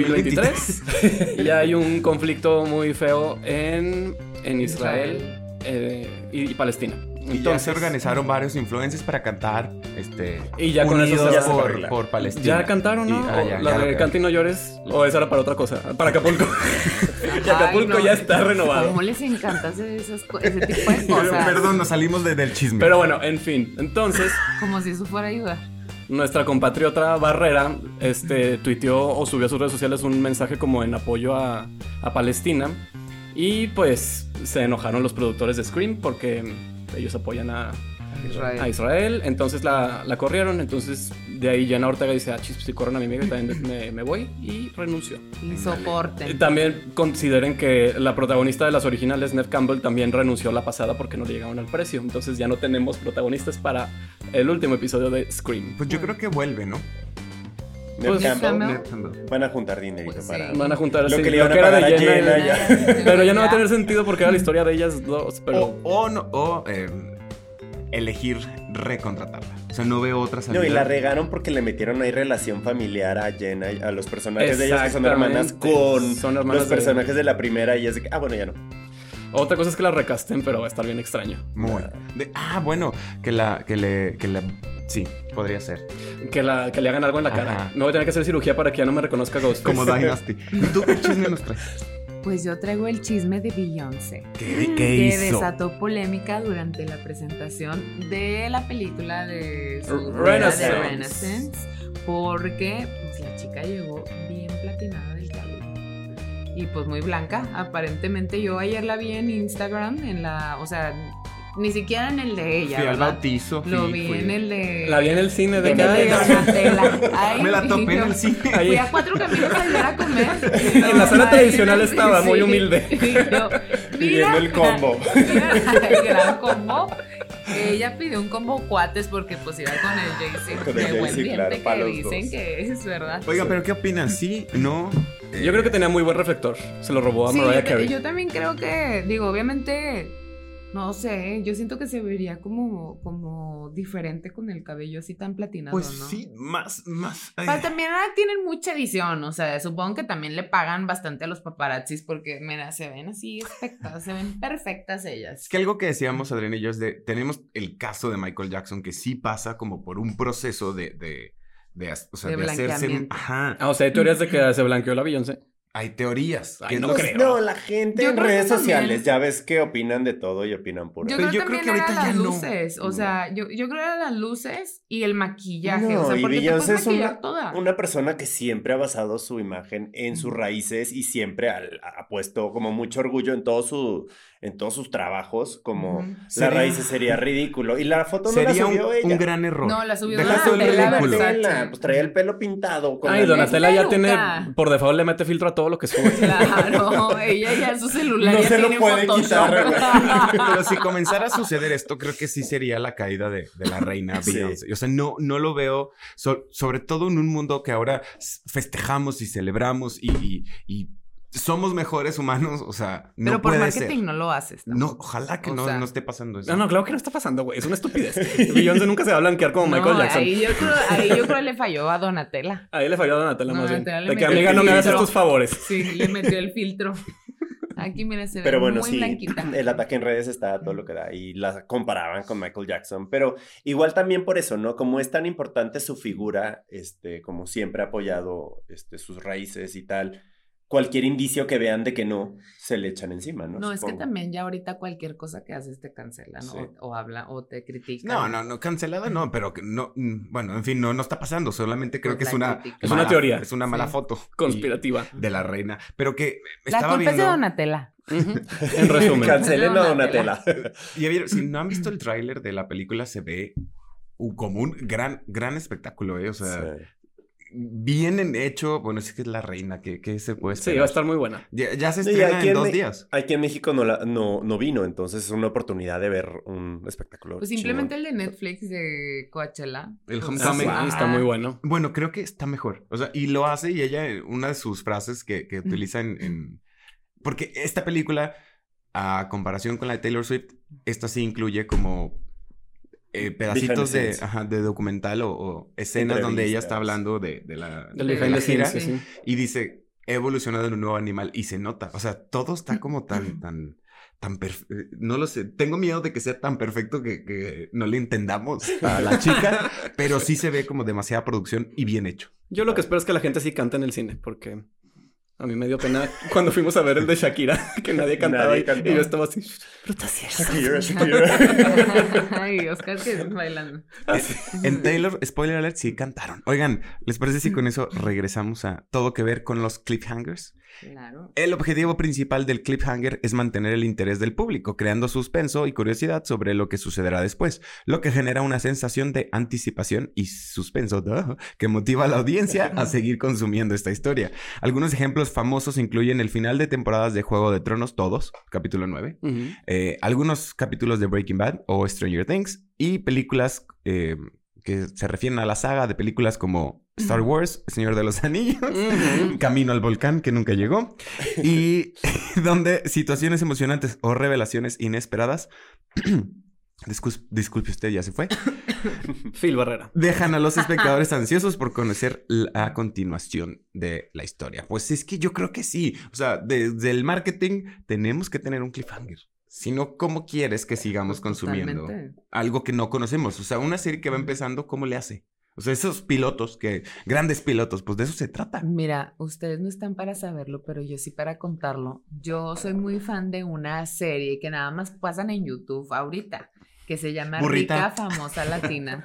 2023. y hay un conflicto muy feo en, en Israel eh, y, y Palestina.
Y ya se organizaron varios influencers para cantar, este,
Y ya con eso
unidos
se hace
por,
arregla.
por Palestina.
Ya cantaron,
Y-
¿no?
ah,
O
ya,
la
ya
de
lo
Canta y no llores. O esa era para otra cosa. Para Acapulco. que
Ay,
Acapulco
no,
ya está renovado.
¿Cómo les encanta hacer esas co- ese tipo de
Pero,
cosas?
perdón, nos salimos de- del chisme.
Pero bueno, en fin. Entonces,
Como si eso fuera a ayudar.
nuestra compatriota Barrera este, tuiteó o subió a sus redes sociales un mensaje como en apoyo a, a Palestina. Y pues se enojaron los productores de Scream porque ellos apoyan a,
Israel.
a Israel. Entonces la, la corrieron. Entonces de ahí Jenna Ortega dice: Ah, chis, si corren a mi amiga, también me, me voy. Y renunció.
Y soporten.
También consideren que la protagonista de las originales, Nev Campbell, también renunció la pasada porque no le llegaron al precio. Entonces ya no tenemos protagonistas para el último episodio de Scream.
Pues yo creo que vuelve, ¿no?
Neve
Pues,
Campbell,
Campbell.
Van a juntar dinerito
Pues, sí.
para.
Van a juntar
Lo
así,
que le iban a
era
pagar a
de Jenna
Jenna
y-
ya.
Pero ya no va a tener sentido porque era la historia de ellas dos. Pero
O, o no, o eh, elegir recontratarla. O sea, no veo otra salida.
No, y la regaron porque le metieron ahí relación familiar a Jenna, y a los personajes de ellas que son
Exactamente.
hermanas con
Son hermanas
los
de-
personajes de... la primera y es de que, ah, bueno, ya no.
otra cosa es que la recasten, pero va a estar bien extraño.
Muy. De- ah, bueno, que la, que le, que la, sí, podría ser.
Que, la, que le hagan algo en la cara.
Ajá.
Me voy a tener que hacer cirugía para que ya no me reconozca Ghost.
Como Dynasty. ¿Y tú qué chisme nos traes?
Pues yo traigo el chisme de Beyoncé.
¿Qué,
que desató polémica durante la presentación de la película de, su- de
Renaissance.
Renaissance, porque pues, la chica llegó bien platinada del cabello y pues muy blanca. Aparentemente yo ayer la vi en Instagram, en la, o sea, ni siquiera en el de ella,
Fui al
¿verdad?
bautizo.
Lo
fui-
vi
fui-
en el de
La vi en el cine de
de Donatella. Ay,
Me la topé en
no.
el cine.
Ahí.
Fui a cuatro caminos a ayudar a comer.
En la sala
Ay,
tradicional estaba,
sí.
muy humilde.
Y yo,
Pidiendo
mira,
el combo.
el gran combo. Ella pidió un combo cuates porque pues iba con el Jay-Z.
Con el
de buen
Jay-Z,
diente
claro, para
que
los
dicen
dos.
que es, ¿verdad?
Oiga, pero ¿qué opinan? ¿Sí? ¿No?
Yo creo que tenía muy buen reflector. Se lo robó a
Sí,
Mariah
yo,
Carey.
yo también creo que, digo, obviamente No sé, yo siento que se vería como, como diferente con el cabello así tan platinado,
Pues
¿no?
sí, más, más. Ay.
Pero también ahora tienen mucha edición, o sea, supongo que también le pagan bastante a los paparazzis porque, mira, se ven así espectaculares, se ven perfectas ellas.
Es que algo que decíamos Adrián y yo es de, tenemos el caso de Michael Jackson que sí pasa como por un proceso de, de, de, as- o sea,
De
de hacerse...
blanqueamiento.
Ajá,
Ah, o sea, hay teorías de que se blanqueó la Beyoncé.
hay teorías.
Ay,
que es
no
lo que-
Pues
creo.
no, la gente
Yo
en
creo que
redes
también-
sociales ya ves que opinan de todo y opinan por
Yo
Pero
creo,
yo creo
también
que ahorita
eran
ya
las
no.
luces, o
No.
sea, yo, yo creo que eran las luces y el maquillaje,
No,
o sea,
y
porque te puedes
Beyoncé es
maquillar
una-
toda.
Una persona que siempre ha basado su imagen en sus raíces y siempre al- ha puesto como mucho orgullo en, todo su, en todos sus trabajos, como
Ujú.
las
Sería-
raíces sería ridículo. Y la foto no la
Sería un,
subió ella.
un gran error.
No, la subió
Deja todo el
Donatella
ridículo.
Versace.
Donatella, Pues traía el pelo pintado. con
Ay,
la-
Donatella ya tiene,
peluca.
por default le mete filtro a todo lo que sube.
Claro, ella ya en su celular
No
ya
se lo
tiene
puede
Photoshop.
quitar,
Pero si comenzara a suceder esto, creo que sí sería la caída de, de la reina
Sí.
Beyoncé. O sea, no, no lo veo, so- sobre todo en un mundo que ahora s- festejamos y celebramos y, y- y somos mejores humanos. O sea, no
Pero por
puede
marketing
ser.
no lo haces. tampoco.
No, ojalá que
O
no,
sea-
no esté pasando eso.
No, no, claro que no está pasando, güey. Es una estupidez. Beyoncé nunca se va a blanquear
Oh
como Michael
No,
Jackson. Ahí,
Ahí yo, creo, ahí yo creo le falló a Donatella.
le falló a Donatella más bien.
Donatella le
De que,
metió
amiga,
el
no me hagas
filtro.
estos favores.
Sí, le metió el filtro. Aquí, mira, se ve
Pero bueno,
muy
sí,
blanquita.
el ataque en redes está a todo lo que da y la comparaban con Michael Jackson, pero igual también por eso, ¿no? Como es tan importante su figura, este, como siempre ha apoyado este, sus raíces y tal, cualquier indicio que vean de que no, se le echan encima, ¿no?
No, es que
Supongo.
también ya ahorita cualquier cosa que haces te cancelan
Sí.
o, o habla o te critican.
No, no, no, cancelada no, pero que no, mm, bueno, en fin, no, no está pasando, solamente creo
Pues
que es
la
una...
crítica.
Es una teoría.
Es una mala
Sí.
foto.
Conspirativa.
y- De la reina. Pero que eh,
La
estaba
culpa es de
viendo...
Donatella.
En resumen.
Cancelen a
Donatella.
Donatella.
Y ya vieron, si no han visto el tráiler de la película, se ve un- como un gran, gran espectáculo, ¿eh? O sea,
Sí.
bien en- hecho. Bueno, sí que es la reina, que, que se puede
Sí,
esperar?
va a estar muy buena.
Ya, ya se
Sí,
estrena
aquí
en
en
dos
Me-
días.
Aquí en México no, la- no, no vino, entonces es una oportunidad de ver un espectáculo.
Pues simplemente
chingón.
el de Netflix de Coachella.
El
Pues,
Homecoming.
ah,
Ah, está muy bueno.
Bueno, creo que está mejor. O sea, y lo hace y ella, eh, una de sus frases que, que utiliza en, en- Porque esta película, a comparación con la de Taylor Swift, esta sí incluye como eh, pedacitos de,
scenes.
ajá, de documental o, o escenas donde ella está
Entrevistas.
hablando de, de la...
Del
Sí,
de
behind
la
the
gira.
scenes, sí, sí.
y dice he evolucionado en un nuevo animal y se nota, o sea, todo está como tan, tan, tan perfecto, no lo sé, tengo miedo de que sea tan perfecto que, que no le entendamos a la chica, pero sí se ve como demasiada producción y bien hecho.
Yo lo que espero es que la gente sí canta en el cine, porque a mí me dio pena cuando fuimos a ver el de Shakira, que nadie cantaba
Nadie
y-
cantó.
y yo estaba así.
Shakira, Shakira.
Ay, Oscar que bailando.
Eh, En Taylor, spoiler alert, sí cantaron. Oigan, ¿les parece si con eso regresamos a todo que ver con los cliffhangers?
Claro.
El objetivo principal del cliffhanger es mantener el interés del público, creando suspenso y curiosidad sobre lo que sucederá después, lo que genera una sensación de anticipación y suspenso ¡duh! que motiva a la audiencia a seguir consumiendo esta historia. Algunos ejemplos famosos incluyen el final de temporadas de Juego de Tronos, todos, capítulo 9,
Ujú.
eh, algunos capítulos de Breaking Bad o Stranger Things y películas eh, que se refieren a la saga de películas como Star Wars, Señor de los Anillos.
Ujú.
Camino al volcán que nunca llegó y donde situaciones emocionantes o revelaciones inesperadas, discus- disculpe usted, ya se fue,
Phil Barrera.
dejan a los espectadores ansiosos por conocer la continuación de la historia. Pues es que yo creo que sí, o sea, desde el marketing tenemos que tener un cliffhanger. Si no, ¿cómo quieres que sigamos consumiendo
Pues Totalmente.
algo que no conocemos? O sea, una serie que va empezando, ¿cómo le hace? O sea, esos pilotos que, grandes pilotos, pues de eso se trata.
Mira, ustedes no están para saberlo, pero yo sí para contarlo. Yo soy muy fan de una serie que nada más pasan en YouTube ahorita, que se llama
Burrita.
Rica Famosa Latina.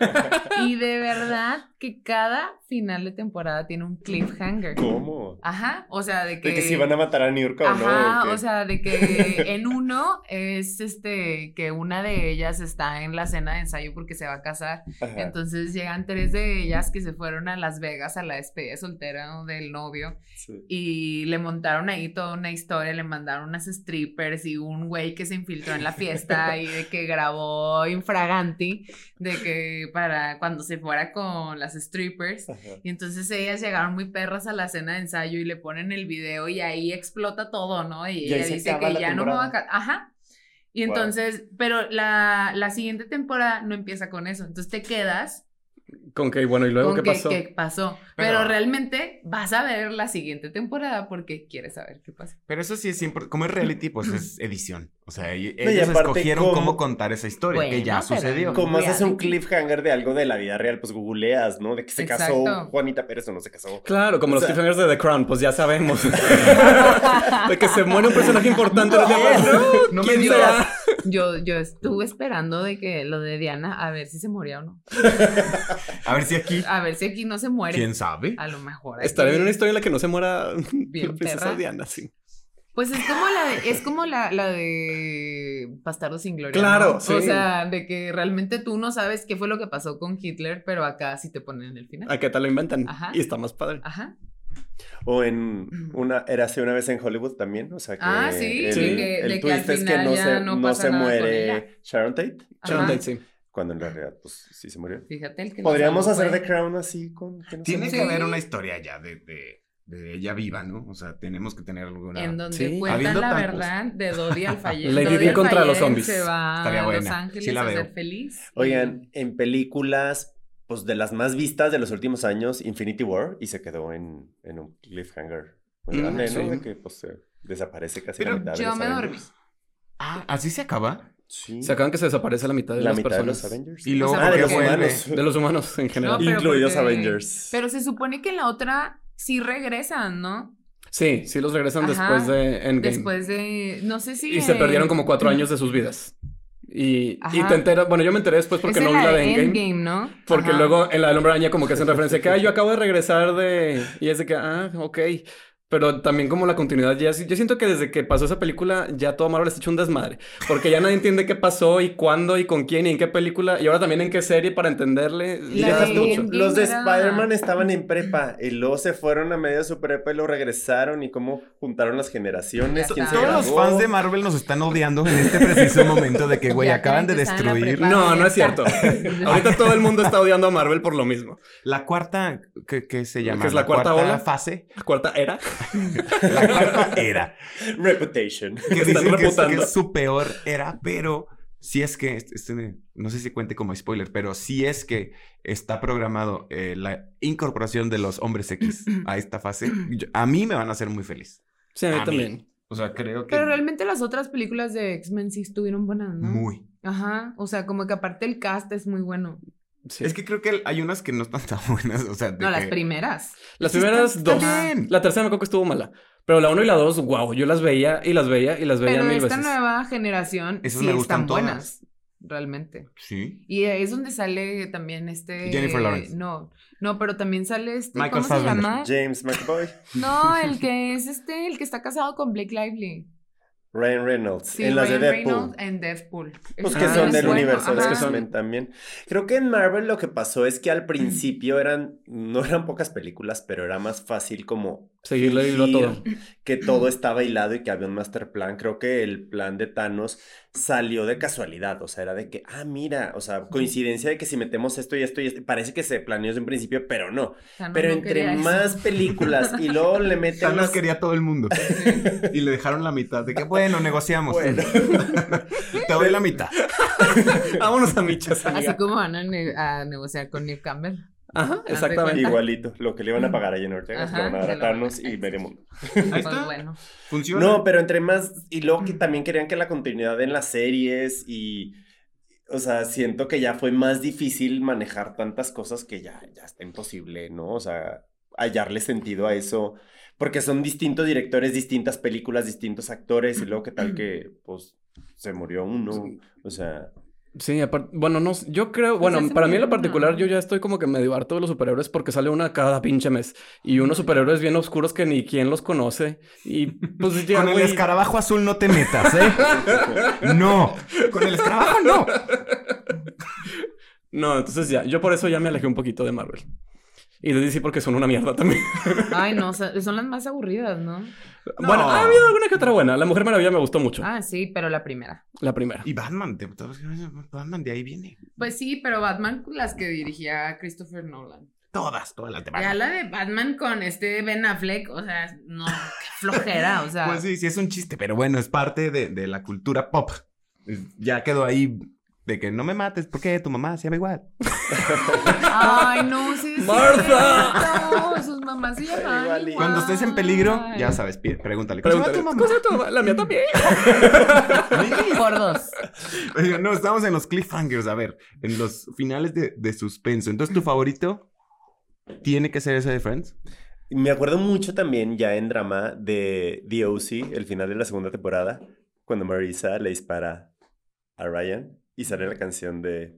y de verdad que cada final de temporada tiene un cliffhanger.
¿Cómo?
Ajá, o sea, de Ah, que...
De que si van a matar a New York o no.
Ajá,
qué?
o sea, de que en uno es este, que una de ellas está en la cena de ensayo porque se va a casar.
Ajá.
Entonces llegan tres de ellas que se fueron a Las Vegas a la despedida de soltera del novio
Sí.
y le montaron ahí toda una historia, le mandaron unas strippers y un güey que se infiltró en la fiesta y de que grabó infraganti de que para cuando se fuera con las strippers.
Ajá.
Y entonces ellas llegaron muy perras a la cena de ensayo y le ponen el video y ahí explota todo, ¿no?
Y
Y,
ahí
ella
se
dice
acaba
que
la
ya no me va a...
temporada.
ca- Ajá. Y
Wow.
entonces, pero la, la siguiente temporada no empieza con eso. Entonces te quedas
Con que, bueno, ¿y luego qué
con que-
pasó?
que pasó. Pero,
Pero-
realmente vas a ver la siguiente temporada porque quieres saber qué pasó.
Pero eso sí es siempre, como es reality, pues es edición. O sea, y-
No, y
ellos
aparte,
escogieron
¿cómo?
cómo... contar esa historia, que
Bueno,
ya
pero-
sucedió.
Como haces un
Reality.
cliffhanger de algo de la vida real, pues googleas, ¿no? De que se casó
Exacto.
Juanita Pérez o no se casó.
Claro, como
O
los
sea-
cliffhangers de The Crown, pues ya sabemos. de que se muere un personaje importante. los demás, no,
No me
¿Quién
digas.
será?
Yo, yo estuve esperando de que lo de Diana, a ver si se moría o no.
A ver si aquí,
A ver si aquí no se muere.
quién sabe.
A lo mejor. aquí-
Estaré en una historia en la que no se muera
Bien
la princesa
perra.
Diana, sí.
Pues es como la de, es como la, la de Bastardo sin Gloria.
Claro,
¿no?
sí.
O sea, de que realmente tú no sabes qué fue lo que pasó con Hitler, pero acá sí te ponen en el final.
¿A qué tal lo inventan?
Ajá.
Y está más padre.
Ajá.
O en una, era hace una vez en Hollywood también, o sea que
Ah, sí,
el,
Sí. de
que-
el
de que al
twist es que
final
no
ya
se,
no
no
pasa
se
nada con
muere
ella.
Sharon Tate,
Ajá.
Sharon Tate, sí.
cuando en realidad pues sí se murió.
Fíjate el que nos
Podríamos
salvó
hacer
fue-
The Crown así con... que no
Tiene
se
que
Sí.
haber una historia ya de, de, de ella viva, ¿no? O sea, tenemos que tener alguna.
En donde
Sí.
cuentan
Habiendo
la
tantos.
verdad de Dodi al fallecer.
Lady
Dodi
Di contra
Alfayed
los zombies.
Se va
Estaría
a Los
buena.
Ángeles
Sí la
a
veo.
ser feliz.
Oigan, en películas, pues de las más vistas de los últimos años, Infinity War, y se quedó en, en un cliffhanger. Muy
Mm,
grande, ¿no?
sí.
De que pues se desaparece casi
Pero
la mitad de
yo
los
me
Avengers.
dormí.
Ah, así se acaba.
Sí.
Se acaban que se desaparece la mitad de
la
las
mitad
personas.
de los Avengers.
Y luego,
sea,
ah, de
porque
los
vuelve.
humanos.
De los humanos en
No,
general.
pero
Incluidos
porque-
Avengers.
Pero se supone que en la otra sí regresan, ¿no?
Sí, sí los regresan
Ajá.
después de Endgame.
Después de. No sé si.
Y se
en-
perdieron como cuatro años de sus vidas. Y, y
Ajá.
te enteras, bueno, yo me enteré después porque
Es
no
en
vi la de Endgame.
Endgame, ¿no?
Porque
Ajá.
luego en la del hombre araña como que hacen referencia que, ah, yo acabo de regresar de... Y es de que, ah, ok. Pero también como la continuidad ya... Yo siento que desde que pasó esa película ya todo Marvel está hecho un desmadre. Porque ya nadie entiende qué pasó y cuándo y con quién y en qué película. Y ahora también en qué serie para entenderle.
Y
La
ya es
dejas
de
tú,
Endgame
los de
era-
Spider-Man estaban en prepa y luego se fueron a medio de su prepa y lo regresaron y cómo juntaron las generaciones.
Ya
quién se
está.
Todos los
graduó.
fans de Marvel nos están odiando en este preciso momento de que, güey,
Ya
acaban de
creen que están en la
destruir.
prepa.
No, no es cierto. Ahorita todo el mundo está odiando a Marvel por lo mismo.
La cuarta, ¿qué, qué se llama?
¿Qué es la cuarta ola?
fase.
La cuarta era.
La cuarta era.
Reputation.
Que
Están
dicen que es, que
reputando.
es su peor era, pero si es que, este- este- no sé si cuente como spoiler, pero si es que está programado eh, la incorporación de los hombres X a esta fase, yo- a mí me van a hacer muy feliz.
Sí, a mí
A mí.
también.
O sea, creo que
Pero realmente las otras películas de X-Men sí estuvieron buenas, ¿no?
muy.
Ajá. O sea, como que aparte el cast es muy bueno.
Sí.
Es que creo que hay unas que no están tan buenas, o sea, de
No, las
que-
primeras.
Las
Sí,
primeras
está-
dos.
está bien.
La tercera me acuerdo que estuvo mala. Pero la uno y la dos, wow, yo las veía y las veía y las veía
Pero
mil
esta
veces.
nueva generación
Esas
sí
me gustan
están
todas.
buenas. Realmente.
Sí.
Y ahí es donde sale también este.
Jennifer Lawrence.
No, no, pero también sale este.
Michael
¿Cómo se
Fassbender.
llama?
James McAvoy.
No, el que es este, el que está casado con Blake Lively.
Ryan Reynolds.
Sí,
en las de
Ryan
Deadpool.
Reynolds en Deadpool.
Pues
Ese
que
Ah,
son
es
del
bueno,
universo de
ajá.
que son-
X-Men también. Creo que en Marvel lo que pasó es que al principio eran, no eran pocas películas, pero era más fácil como
Seguirle el hilo a todo.
fingir que todo estaba hilado y que había un master plan. Creo que el plan de Thanos salió de casualidad, o sea, era de que, ah, mira, o sea, coincidencia de que si metemos esto y esto y esto, parece que se planeó desde un principio, pero no.
O sea, Ah, no,
Pero
no quería
entre
eso.
más películas y luego le meten
Thanos
unas-
quería a todo el mundo. y le dejaron la mitad. De que, bueno, negociamos.
Bueno.
Te doy la mitad.
Vámonos a michas, amiga.
Así como van a, ne- a negociar con Nick Campbell.
Ajá,
de
exactamente.
cuenta.
Igualito, lo que le iban a pagar a Jenna Ortega, se
Ajá,
lo van a dar
se
a
lo van a-
Thanos y veremos.
Ahí
Pues
está.
bueno.
Funciona.
No, pero entre más. Y luego que también querían que la continuidad en las series y. O sea, siento que ya fue más difícil manejar tantas cosas que ya, ya está imposible, ¿no? O sea, hallarle sentido a eso. Porque son distintos directores, distintas películas, distintos actores, y luego qué tal que, pues, se murió uno. O sea,
Sí, aparte, bueno, no, s- yo creo, bueno,
hace
para mí en
muy
lo particular,
bueno.
yo ya estoy como que medio harto de los superhéroes porque sale una cada pinche mes y unos superhéroes bien oscuros que ni quién los conoce y pues ya,
Con el
güey,
escarabajo azul no te metas, ¿eh? no. Con el escarabajo no.
No, entonces ya, yo por eso ya me alejé un poquito de Marvel y de DC porque son una mierda también.
Ay, no, so- son las más aburridas, ¿no?
Bueno, ha habido alguna que otra buena. La Mujer Maravilla me gustó mucho,
Ah, sí, pero la primera.
la primera.
Y Batman, de, Batman de ahí viene.
Pues sí, pero Batman las que dirigía Christopher Nolan.
Todas, todas las de
Ya
Batman.
la de Batman con este Ben Affleck, o sea, no, qué flojera, o sea.
Pues sí, sí es un chiste, pero bueno, es parte de, de la cultura pop. Ya quedó ahí de que no me mates, porque tu mamá se llama igual.
Ay, no, sí. sí,
¡Marta!
No, sus mamás se llaman
Igualito.
igual.
Cuando estés en peligro, ya sabes, pi- pregúntale. ¿Cómo se llama
Pregúntale,
tu mamá?
¿cómo se llama tu mamá? La mía también.
Por dos.
Oiga, No, estamos en los cliffhangers, a ver, en los finales de, de suspenso. Entonces, ¿tu favorito tiene que ser ese de Friends?
Me acuerdo mucho también ya en drama de The O.C., el final de la segunda temporada, cuando Marisa le dispara a Ryan y sale la canción de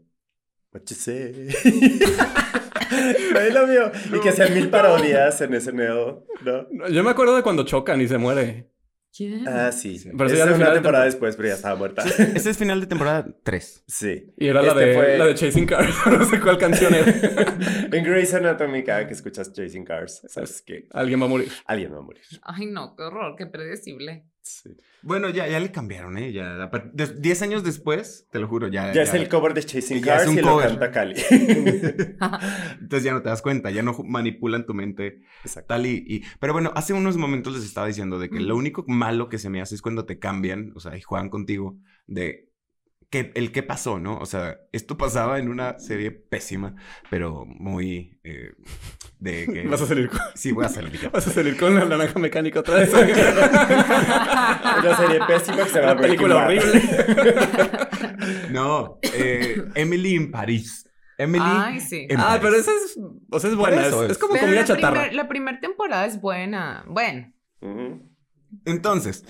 What You Say. Ahí lo vio. Y que hacían mil parodias en ese nuevo, ¿no?
No, Yo me acuerdo de cuando chocan y se muere.
¿Quién?
Ah, sí.
Sí.
Esa
Pero eso
es
ya al
una
final de temporada.
temporada después, pero ya estaba muerta.
Ese es final de temporada 3.
Sí.
Y era la,
Este
de,
fue-
la de Chasing Cars. no sé cuál canción era.
En Grey's Anatomy, cada que escuchas Chasing Cars, sabes que
Alguien va a morir.
alguien va a morir.
Ay, no, qué horror, qué predecible.
Sí.
Eh,
Bueno, ya, ya le cambiaron, ¿eh? Ya, a par- de- diez años después, te lo juro, ya.
Ya es el cover de Chasing
Ya es
Cars
un
y lo
cover.
canta Cali.
Entonces ya no te das cuenta, ya no ju- manipulan tu mente
Exacto.
tal y, y- Pero bueno, hace unos momentos les estaba diciendo de que lo único malo que se me hace es cuando te cambian, o sea, y juegan contigo de que, el qué pasó, ¿no? O sea, esto pasaba en una serie pésima, pero muy... eh, de que...
Vas a salir con,
Sí, voy a salir. ya.
vas a salir con la naranja mecánica otra vez.
Una serie pésima que se llama
Una película
Breaking Bad.
horrible.
No, eh, Emily en París. Emily...
Ay, sí.
en
Ah,
París.
pero esa es, o sea, es buena. Es,
eso es.
es como
Pero
comida
la
chatarra.
primer- la primera temporada es buena. Bueno,
Ujú.
Entonces,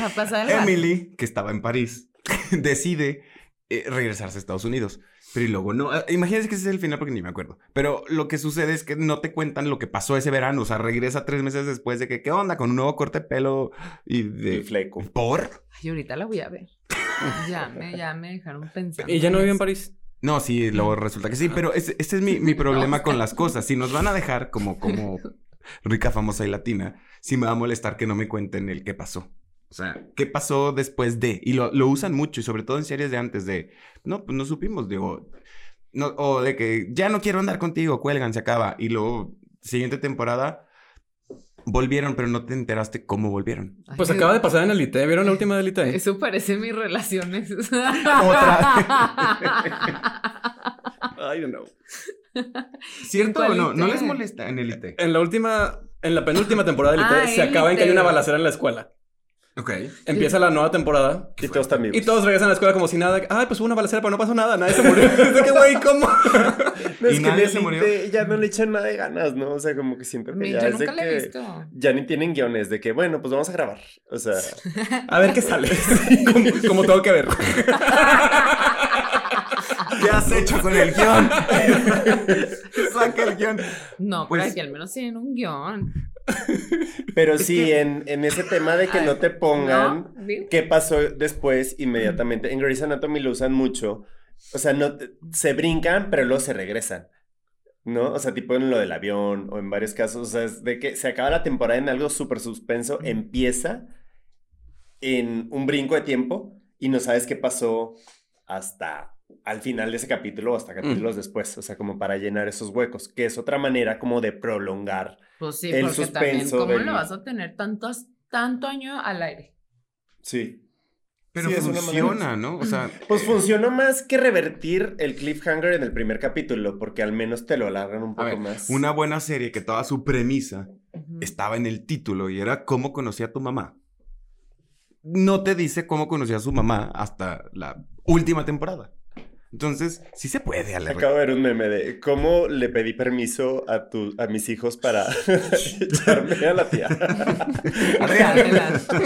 va a pasar el rato.
Emily, que estaba en París, decide eh, regresarse a Estados Unidos. Pero y luego no. eh, Imagínense que ese es el final porque ni me acuerdo. Pero lo que sucede es que no te cuentan lo que pasó ese verano. O sea, regresa tres meses después de que, ¿qué onda? Con un nuevo corte de pelo y
Y
de.
fleco.
¿Por?
Ay, ahorita la voy a ver. Ya me, ya me dejaron pensando.
Y ya no vive en París.
No, sí, luego resulta que sí. Pero ese, ese es mi, mi problema con las cosas. Si nos van a dejar como, como rica, famosa y latina, sí me va a molestar que no me cuenten el qué pasó. O sea, ¿qué pasó después de? Y lo, lo usan mucho, y sobre todo en series de antes de, no, pues no supimos, digo, no, o de que ya no quiero andar contigo, cuelgan, se acaba. Y luego, siguiente temporada, volvieron, pero no te enteraste cómo volvieron.
Ay,
Pues
qué-
acaba de pasar en Elite. ¿Vieron la última de Elite?
Eso parece mis relaciones.
I don't know.
¿Cierto o
¿Cuál
no? ¿No
Elite?
les molesta en Elite?
En la última, en la penúltima temporada de Elite,
Ah,
se acaba en que hay
Élite.
una balacera en la escuela.
Ok.
Empieza la nueva temporada.
Y todos están vivos.
Y todos regresan a la escuela como si nada. Ay, pues hubo una balacera, pero no pasó nada. Nadie se murió. Es que, güey, ¿cómo?
No,
¿Y
es
nadie
que nadie
se murió?
ya no le echan nada de ganas, ¿no? O sea, como que siempre que ya
Yo
es de
nunca la he
que
visto.
ya ni tienen guiones de que, bueno, pues vamos a grabar. O sea,
A ver qué sale. como, como tengo que ver.
¿Qué has hecho con el guión? Saca el guión.
No,
Pues-
pero aquí al menos tienen un guión.
pero sí, en, en ese tema de que no te pongan
¿No? Digo,
qué pasó después inmediatamente. En Grey's Anatomy lo usan mucho. O sea, no te- se brincan, pero luego se regresan. ¿No? O sea, tipo en lo del avión o en varios casos. O sea, es de que se acaba la temporada en algo súper suspenso, empieza en un brinco de tiempo y no sabes qué pasó hasta al final de ese capítulo o hasta capítulos después. O sea, como para llenar esos huecos, que es otra manera como de prolongar.
Pues sí,
el
porque también,
suspenso
¿cómo
del-
lo vas a tener tantos, tanto año al aire?
Sí.
Pero
Sí, es una manera-
funciona, ¿no? O sea,
Pues funcionó más que revertir el cliffhanger en el primer capítulo, porque al menos te lo alargan un
A
poco
ver,
más.
una buena serie que toda su premisa estaba en el título y era cómo conocí a tu mamá. No te dice cómo conocí a su mamá hasta la última temporada. Entonces, sí se puede, Ale.
Acabo de ver un meme de cómo le pedí permiso a, tu, a mis hijos para echarme a la tía.
Adelante.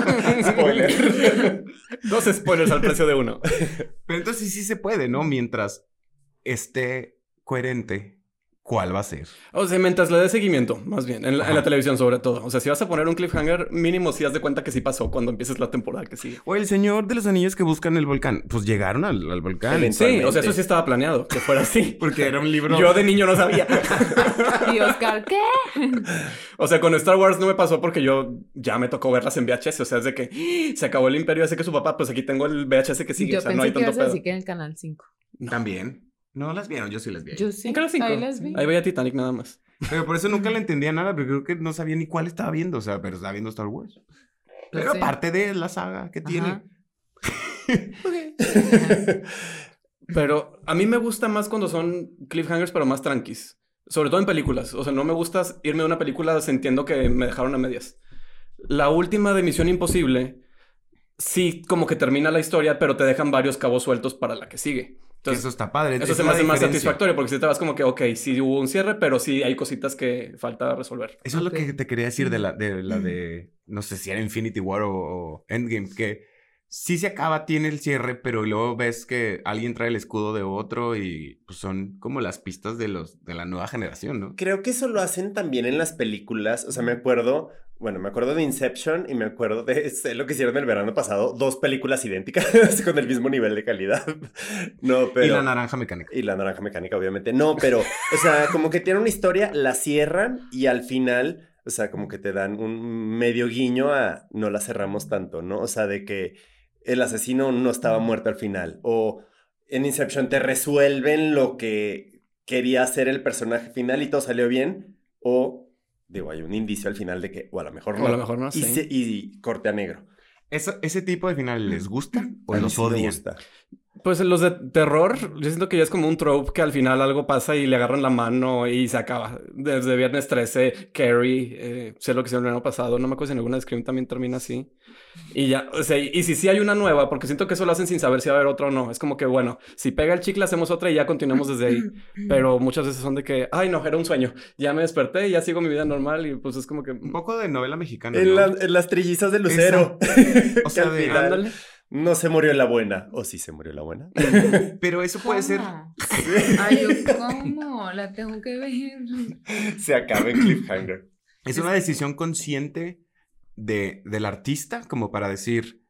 Spoiler.
Dos spoilers al precio de uno.
Pero entonces sí se puede, ¿no? Mientras esté coherente, ¿cuál va a ser?
O sea, mientras le dé seguimiento, más bien, en la, en la
Ajá.
televisión sobre todo. O sea, si vas a poner un cliffhanger, mínimo si haz de cuenta que sí pasó cuando empieces la temporada que sigue.
O el señor de los anillos que buscan el volcán. Pues llegaron al, al volcán.
Excelente.
Sí, o sea,
Totalmente.
eso sí estaba planeado, que fuera así.
Porque era un libro.
Yo de niño no sabía.
Y Oscar, ¿qué?
O sea, con Star Wars no me pasó porque yo ya me tocó verlas en VHS. O sea, es de que ¡ah! se acabó el imperio, hace que su papá, pues aquí tengo el VHS que sigue.
Yo
o sea, no
pensé
hay
que
tanto
ibas a
pedo.
decir que en el canal 5.
También. No las vieron, yo sí las vi.
Yo sí.
En Canal 5.
Ahí las vi.
Ahí veía Titanic nada más.
Pero por eso nunca le entendía nada, pero creo que no sabía ni cuál estaba viendo, o sea, pero estaba viendo Star Wars.
Pues
Pero
sí.
aparte de la saga que tiene.
Ajá.
Pero a mí me gusta más cuando son cliffhangers, pero más tranquis. Sobre todo en películas. O sea, no me gusta irme a una película sintiendo que me dejaron a medias. La última de Misión Imposible, sí, como que termina la historia, pero te dejan varios cabos sueltos para la que sigue. Entonces,
eso está padre.
eso
es
se me
la
hace más
diferencia.
satisfactorio porque si te vas como que, ok, sí hubo un cierre, pero sí hay cositas que falta resolver.
Eso es lo que
Ok.
te quería decir de la, de la de, no sé si era Infinity War o, o Endgame, que sí se acaba, tiene el cierre, pero luego ves que alguien trae el escudo de otro y pues, son como las pistas de, los, de la nueva generación, ¿no?
Creo que eso lo hacen también en las películas. O sea, me acuerdo, bueno, me acuerdo de Inception y me acuerdo de sé lo que hicieron el verano pasado, dos películas idénticas con el mismo nivel de calidad. No, pero...
Y la naranja mecánica.
Y la naranja mecánica, obviamente. No, pero, o sea, como que tiene una historia, la cierran y al final, o sea, como que te dan un medio guiño a no la cerramos tanto, ¿no? O sea, de que el asesino no estaba muerto al final. O en Inception te resuelven lo que quería hacer el personaje final y todo salió bien. O, digo, hay un indicio al final de que, o a lo mejor
O
no.
a lo mejor no,
Y,
sí.
se- y corte a negro.
Eso- ¿Ese tipo de final les gustan o
A mí
los
sí me
odian?
gusta.
Pues los de terror, yo siento que ya es como un trope que al final algo pasa y le agarran la mano y se acaba. Desde viernes 13, Carrie, eh, sé lo que hicieron el año pasado, no me acuerdo si en alguna de Scream también termina así. Y ya, o sea, y si sí hay una nueva, porque siento que eso lo hacen sin saber si va a haber otra o no. Es como que, bueno, si pega el chicle hacemos otra y ya continuamos desde ahí. Pero muchas veces son de que, ay no, era un sueño, ya me desperté, ya sigo mi vida normal y pues es como que...
Un poco de novela mexicana. ¿no?
En, la- en las trillizas de Lucero.
O sea,
Que al
de-
final-
Ándale.
No se murió la buena. ¿O sí se murió la buena?
Pero eso puede ser.
¿Cómo? Ay, yo, ¿cómo? La tengo que ver.
se acaba en cliffhanger.
Es una decisión consciente de, del artista, como para decir,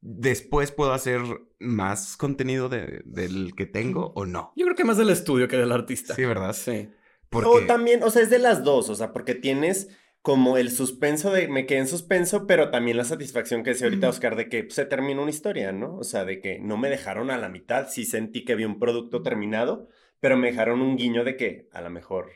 después puedo hacer más contenido de- del que tengo o no.
Yo creo que más del estudio que del artista.
Sí, ¿verdad?
Sí.
Porque
O también, o sea, es de las dos, o sea, porque tienes como el suspenso de me quedé en suspenso, pero también la satisfacción que decía ahorita
Ujú.
Oscar de que pues, se terminó una historia, ¿no? O sea, de que no me dejaron a la mitad, sí sentí que vi un producto terminado, pero me dejaron un guiño de que a lo mejor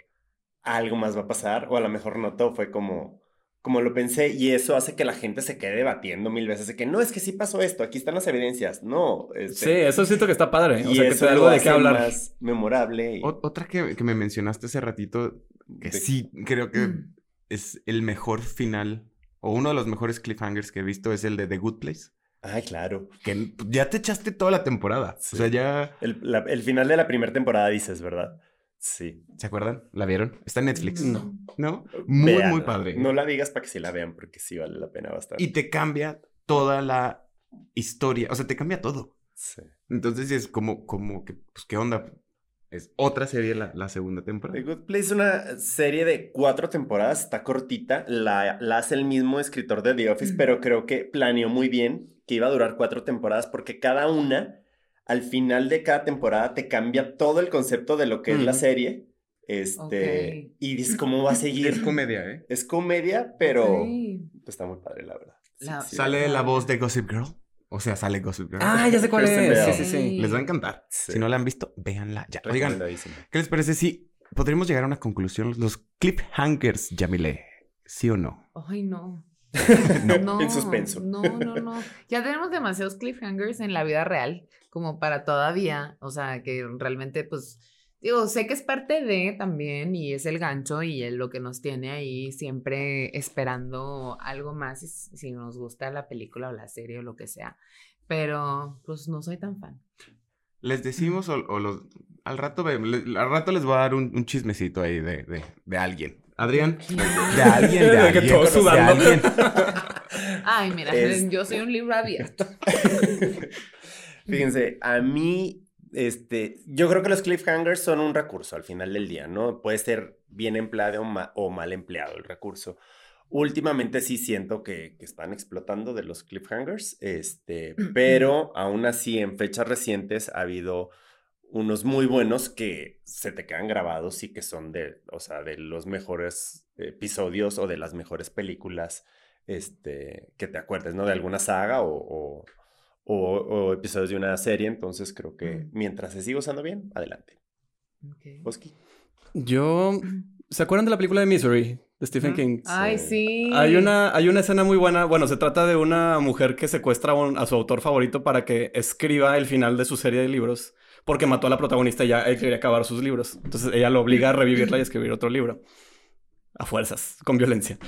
algo más va a pasar o a lo mejor no todo fue como como lo pensé y eso hace que la gente se quede debatiendo mil veces de que no, es que sí pasó esto, aquí están las evidencias, no, este,
Sí, eso siento que está padre. O sea,
y
que te
eso
da
lo
algo de
hace
qué hablar.
más memorable y-
o- otra que, que me mencionaste hace ratito, que
de-
sí creo que
Mm.
es el mejor final o uno de los mejores cliffhangers que he visto es el de The Good Place,
Ay, claro.
que n- ya te echaste toda la temporada. O
Sí.
sea, ya...
El, la- el final de la primera temporada dices, ¿verdad? Sí.
¿Se acuerdan? ¿La vieron? Está en Netflix.
No.
¿No? Muy, muy
Véanla.
padre.
No la digas para que sí la vean, porque sí vale la pena bastante.
Y te cambia toda la historia. O sea, te cambia todo.
Sí.
Entonces es como, como que, pues, ¿qué onda? Es otra serie la, la segunda
The
temporada.
Good Place es una serie de cuatro temporadas, está cortita, la, la hace el mismo escritor de The Office,
Ujú.
pero creo que planeó muy bien que iba a durar cuatro temporadas, porque cada una, al final de cada temporada, te cambia todo el concepto de lo que es la
Ujú.
serie. Este,
Ok.
Y dices cómo va a seguir. Es,
comedia, ¿eh?
comedia, pero
Sí.
pues, está muy padre, la verdad.
La-
Ah, Sale la voz de Gossip Girl. O sea, sale Gossip Girl.
Ah, ya sé cuál
Kristen
es. Sí,
Bell.
sí, sí.
Les va a encantar.
Sí.
Si no la han visto, véanla ya. Oigan,
Recomendadísima.
¿qué les parece si podríamos llegar a una conclusión? Los cliffhangers, Yamile. ¿Sí o no?
Ay, no.
en suspenso.
No, no, no. Ya tenemos demasiados cliffhangers en la vida real como para todavía, o sea, que realmente pues digo, sé que es parte de también y es el gancho y es lo que nos tiene ahí siempre esperando algo más si, si nos gusta la película o la serie o lo que sea. Pero pues no soy tan fan.
¿Les decimos o, o los... Al rato, ve- le- al rato les voy a dar un, un chismecito ahí de, de, de alguien. Adrián. De alguien, de
De que
alguien.
todos
de
sudando.
alguien.
Ay, mira,
Es-
yo soy un libro abierto.
Fíjense, a mí, este, yo creo que los cliffhangers son un recurso al final del día, ¿no? Puede ser bien empleado o, ma- o mal empleado el recurso. Últimamente sí siento que, que están explotando de los cliffhangers, este,
Mm,
pero aún así en fechas recientes ha habido unos muy buenos que se te quedan grabados y que son de, o sea, de los mejores episodios o de las mejores películas, este, que te acuerdes, ¿no? De alguna saga o, o, o- o episodios de una serie, entonces creo que
Ujú.
mientras se siga usando bien, adelante.
Ok.
Bosky.
Yo. ¿Se acuerdan de la película de Misery? de Stephen King.
Ah. Ay, sí.
Hay una, hay una escena muy buena. Bueno, se trata de una mujer que secuestra a, un- a su autor favorito para que escriba el final de su serie de libros porque mató a la protagonista y ya él quería acabar sus libros. Entonces ella lo obliga a revivirla y escribir otro libro. A fuerzas, con violencia.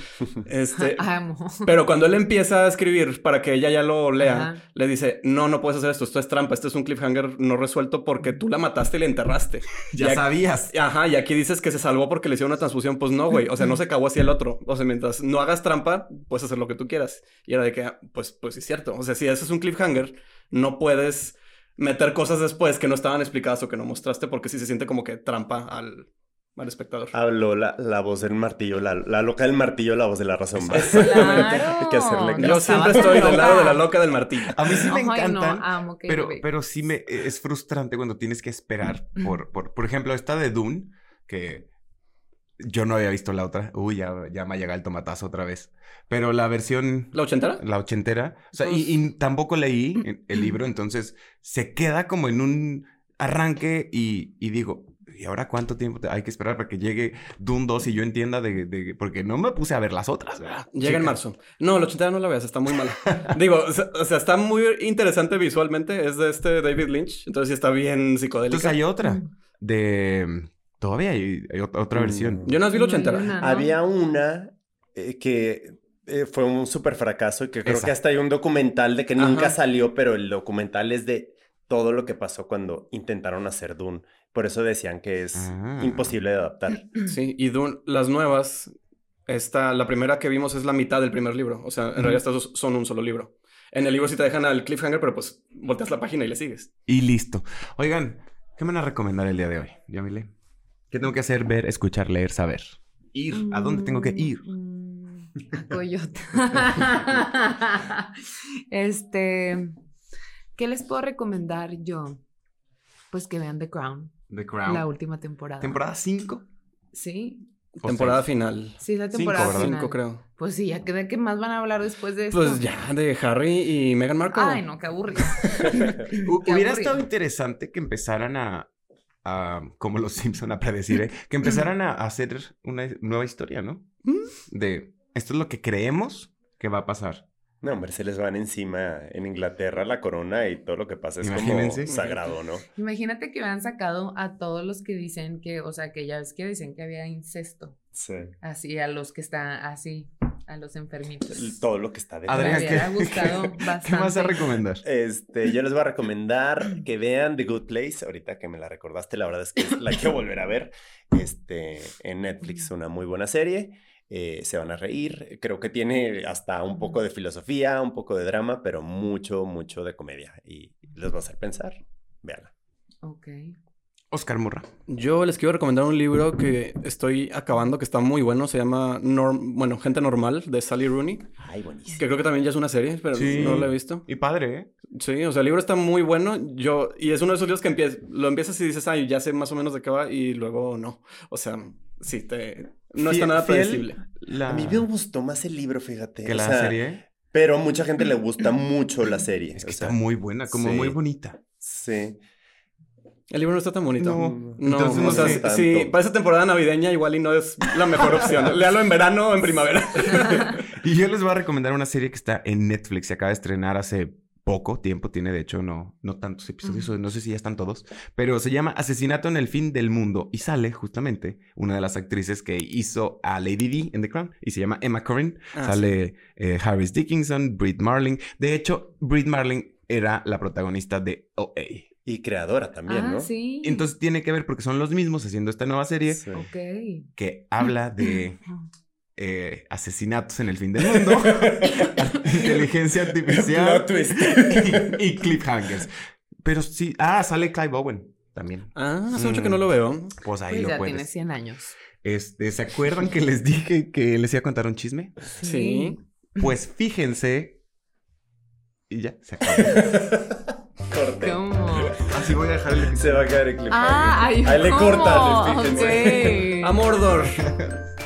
Este,
Amo.
pero cuando él empieza a escribir para que ella ya lo lea,
Ajá.
le dice, no, no puedes hacer esto, esto es trampa, este es un cliffhanger no resuelto porque tú la mataste y la enterraste.
Ya,
Ya-
sabías.
Ajá, y aquí dices que se salvó porque le hicieron una transfusión. Pues no, güey. O sea, no se cagó hacia el otro. O sea, mientras no hagas trampa, puedes hacer lo que tú quieras. Y era de que, ah, pues, pues sí es cierto. O sea, si haces un cliffhanger, no puedes meter cosas después que no estaban explicadas o que no mostraste porque sí se siente como que trampa al, al espectador.
Habló la, la voz del martillo, la, la loca del martillo, la voz de la razón. ¿va?
Claro.
Hay que hacerle
No
Yo
estaba
siempre estoy
tan
del lado de la
loca.
loca del martillo.
A mí sí me
Ay, no, ah,
encantan.
amo que
Pero,
llore.
pero sí me e, es frustrante cuando tienes que esperar por, por, por ejemplo, esta de Dune, que yo no había visto la otra. Uy, ya, ya me ha llegado el tomatazo otra vez. Pero la versión,
¿La ochentera?
la ochentera, o sea, y, y tampoco leí e-, el- el libro, entonces se queda como en un arranque y, y digo, ¿y ahora cuánto tiempo te- hay que esperar para que llegue Dune 2 y yo entienda de, de- porque no me puse a ver las otras, ¿verdad?
Llega
Chica.
en marzo. No, la ochentera no la veas, está muy mala. Digo, o sea- o sea, está muy interesante visualmente. Es de este David Lynch. Entonces sí está bien psicodélica.
Entonces hay otra de... Todavía hay, hay ot- otra
Mm.
versión.
Yo no has visto la
No hay
ochentera.
una, ¿no?
Había una eh, que eh, fue un súper fracaso y que creo
Esa.
que hasta hay un documental de que nunca
Ajá.
salió, pero el documental es de todo lo que pasó cuando intentaron hacer Dune. Por eso decían que es
Ah.
imposible de adaptar.
Sí, y Dune, las nuevas, esta, la primera que vimos es la mitad del primer libro. O sea, en realidad estas dos son un solo libro. En el libro sí te dejan al cliffhanger, pero pues volteas la página y le sigues.
Y listo. Oigan, ¿qué me van a recomendar el día de hoy, Yamile? ¿Qué tengo que hacer? Ver, escuchar, leer, saber. Ir. ¿A dónde tengo que ir?
Mm, a Coyota. este, ¿qué les puedo recomendar yo? Pues que vean The Crown,
The
la última temporada.
Temporada 5.
Sí,
Pues
Temporada final.
sí, la
Cinco,
temporada
¿verdad?
final.
Cinco, creo.
Pues sí, ya que de qué más van a hablar después de esto.
Pues ya, de Harry y Meghan Markle.
Ay, no, qué aburrido. Qué
Hubiera
aburrido.
estado interesante que empezaran a, a- como los Simpson a predecir, ¿eh? que empezaran a hacer una nueva historia, ¿no? De esto es lo que creemos que va a pasar.
No, hombre, se les van encima en Inglaterra la corona y todo lo que pasa es
Imagínense.
como sagrado, ¿no?
Imagínate que hubieran sacado a todos los que dicen que, o sea, que ya ves que dicen que había incesto.
Sí.
Así, a los que están así, a los enfermitos.
Todo lo que está detrás.
Adrián,
Me
¿qué,
hubiera gustado
qué-
bastante.
qué vas a recomendar?
Este, yo les voy a recomendar que vean The Good Place, ahorita que me la recordaste, la verdad es que es la que volver a ver. Este, en Netflix, una muy buena serie. eh, se van a reír. Creo que tiene hasta un poco de filosofía, un poco de drama, pero mucho, mucho de comedia. Y les va a hacer pensar. Veanla.
Ok.
Oscar Murra.
Yo les quiero recomendar un libro que estoy acabando, que está muy bueno. Se llama Norm- bueno, Gente Normal, de Sally Rooney.
Ay, buenísimo.
Que creo que también ya es una serie, pero
Sí.
no la he visto.
Y padre, ¿eh?
Sí, o sea, el libro está muy bueno. Yo, y es uno de esos libros que empiezas, lo empiezas y dices, ay, ya sé más o menos de qué va, y luego no. O sea, sí, te, no está
Fiel-
nada
fiel
predecible.
La,
A mí me gustó más el libro, fíjate.
que
o
la
sea,
serie.
Pero a mucha gente le gusta mucho la serie.
Es
o
que
sea,
está muy buena, como
sí.
muy bonita.
Sí.
El libro no está tan bonito.
No.
No,
Entonces,
o
no
sea,
sé
tanto.
sí, para esa temporada navideña igual y no es la mejor opción. Léalo en verano o en primavera.
Y yo les voy a recomendar una serie que está en Netflix. Se acaba de estrenar hace poco tiempo. Tiene, de hecho, no, no tantos episodios. o No sé si ya están todos. Pero se llama Asesinato en el Fin del Mundo. Y sale, justamente, una de las actrices que hizo a Lady D en The Crown. Y se llama Emma Corrin.
Ah,
sale eh, Harris Dickinson, Brit Marling. De hecho, Brit Marling era la protagonista de OA.
Y creadora también,
ah,
¿no?
sí.
Entonces tiene que ver porque son los mismos haciendo esta nueva serie
Sí.
Ok.
que habla de eh, asesinatos en el fin del mundo, inteligencia artificial
Plot twist.
y, y cliffhangers. Pero sí, ah, sale Clive Owen también.
Ah, hace mucho que no lo veo.
Pues ahí
Pues
lo
ya
puedes.
tiene 100 años.
Este, ¿se acuerdan que les dije que les iba a contar un chisme?
Sí.
Pues fíjense y ya se acabó.
Corte.
¿Cómo?
Así voy a dejar el
Se va a caer el clip.
Ah, ay,
Ahí le
¿cómo?
pues. cortan, fíjense.
Ok.
A Mordor.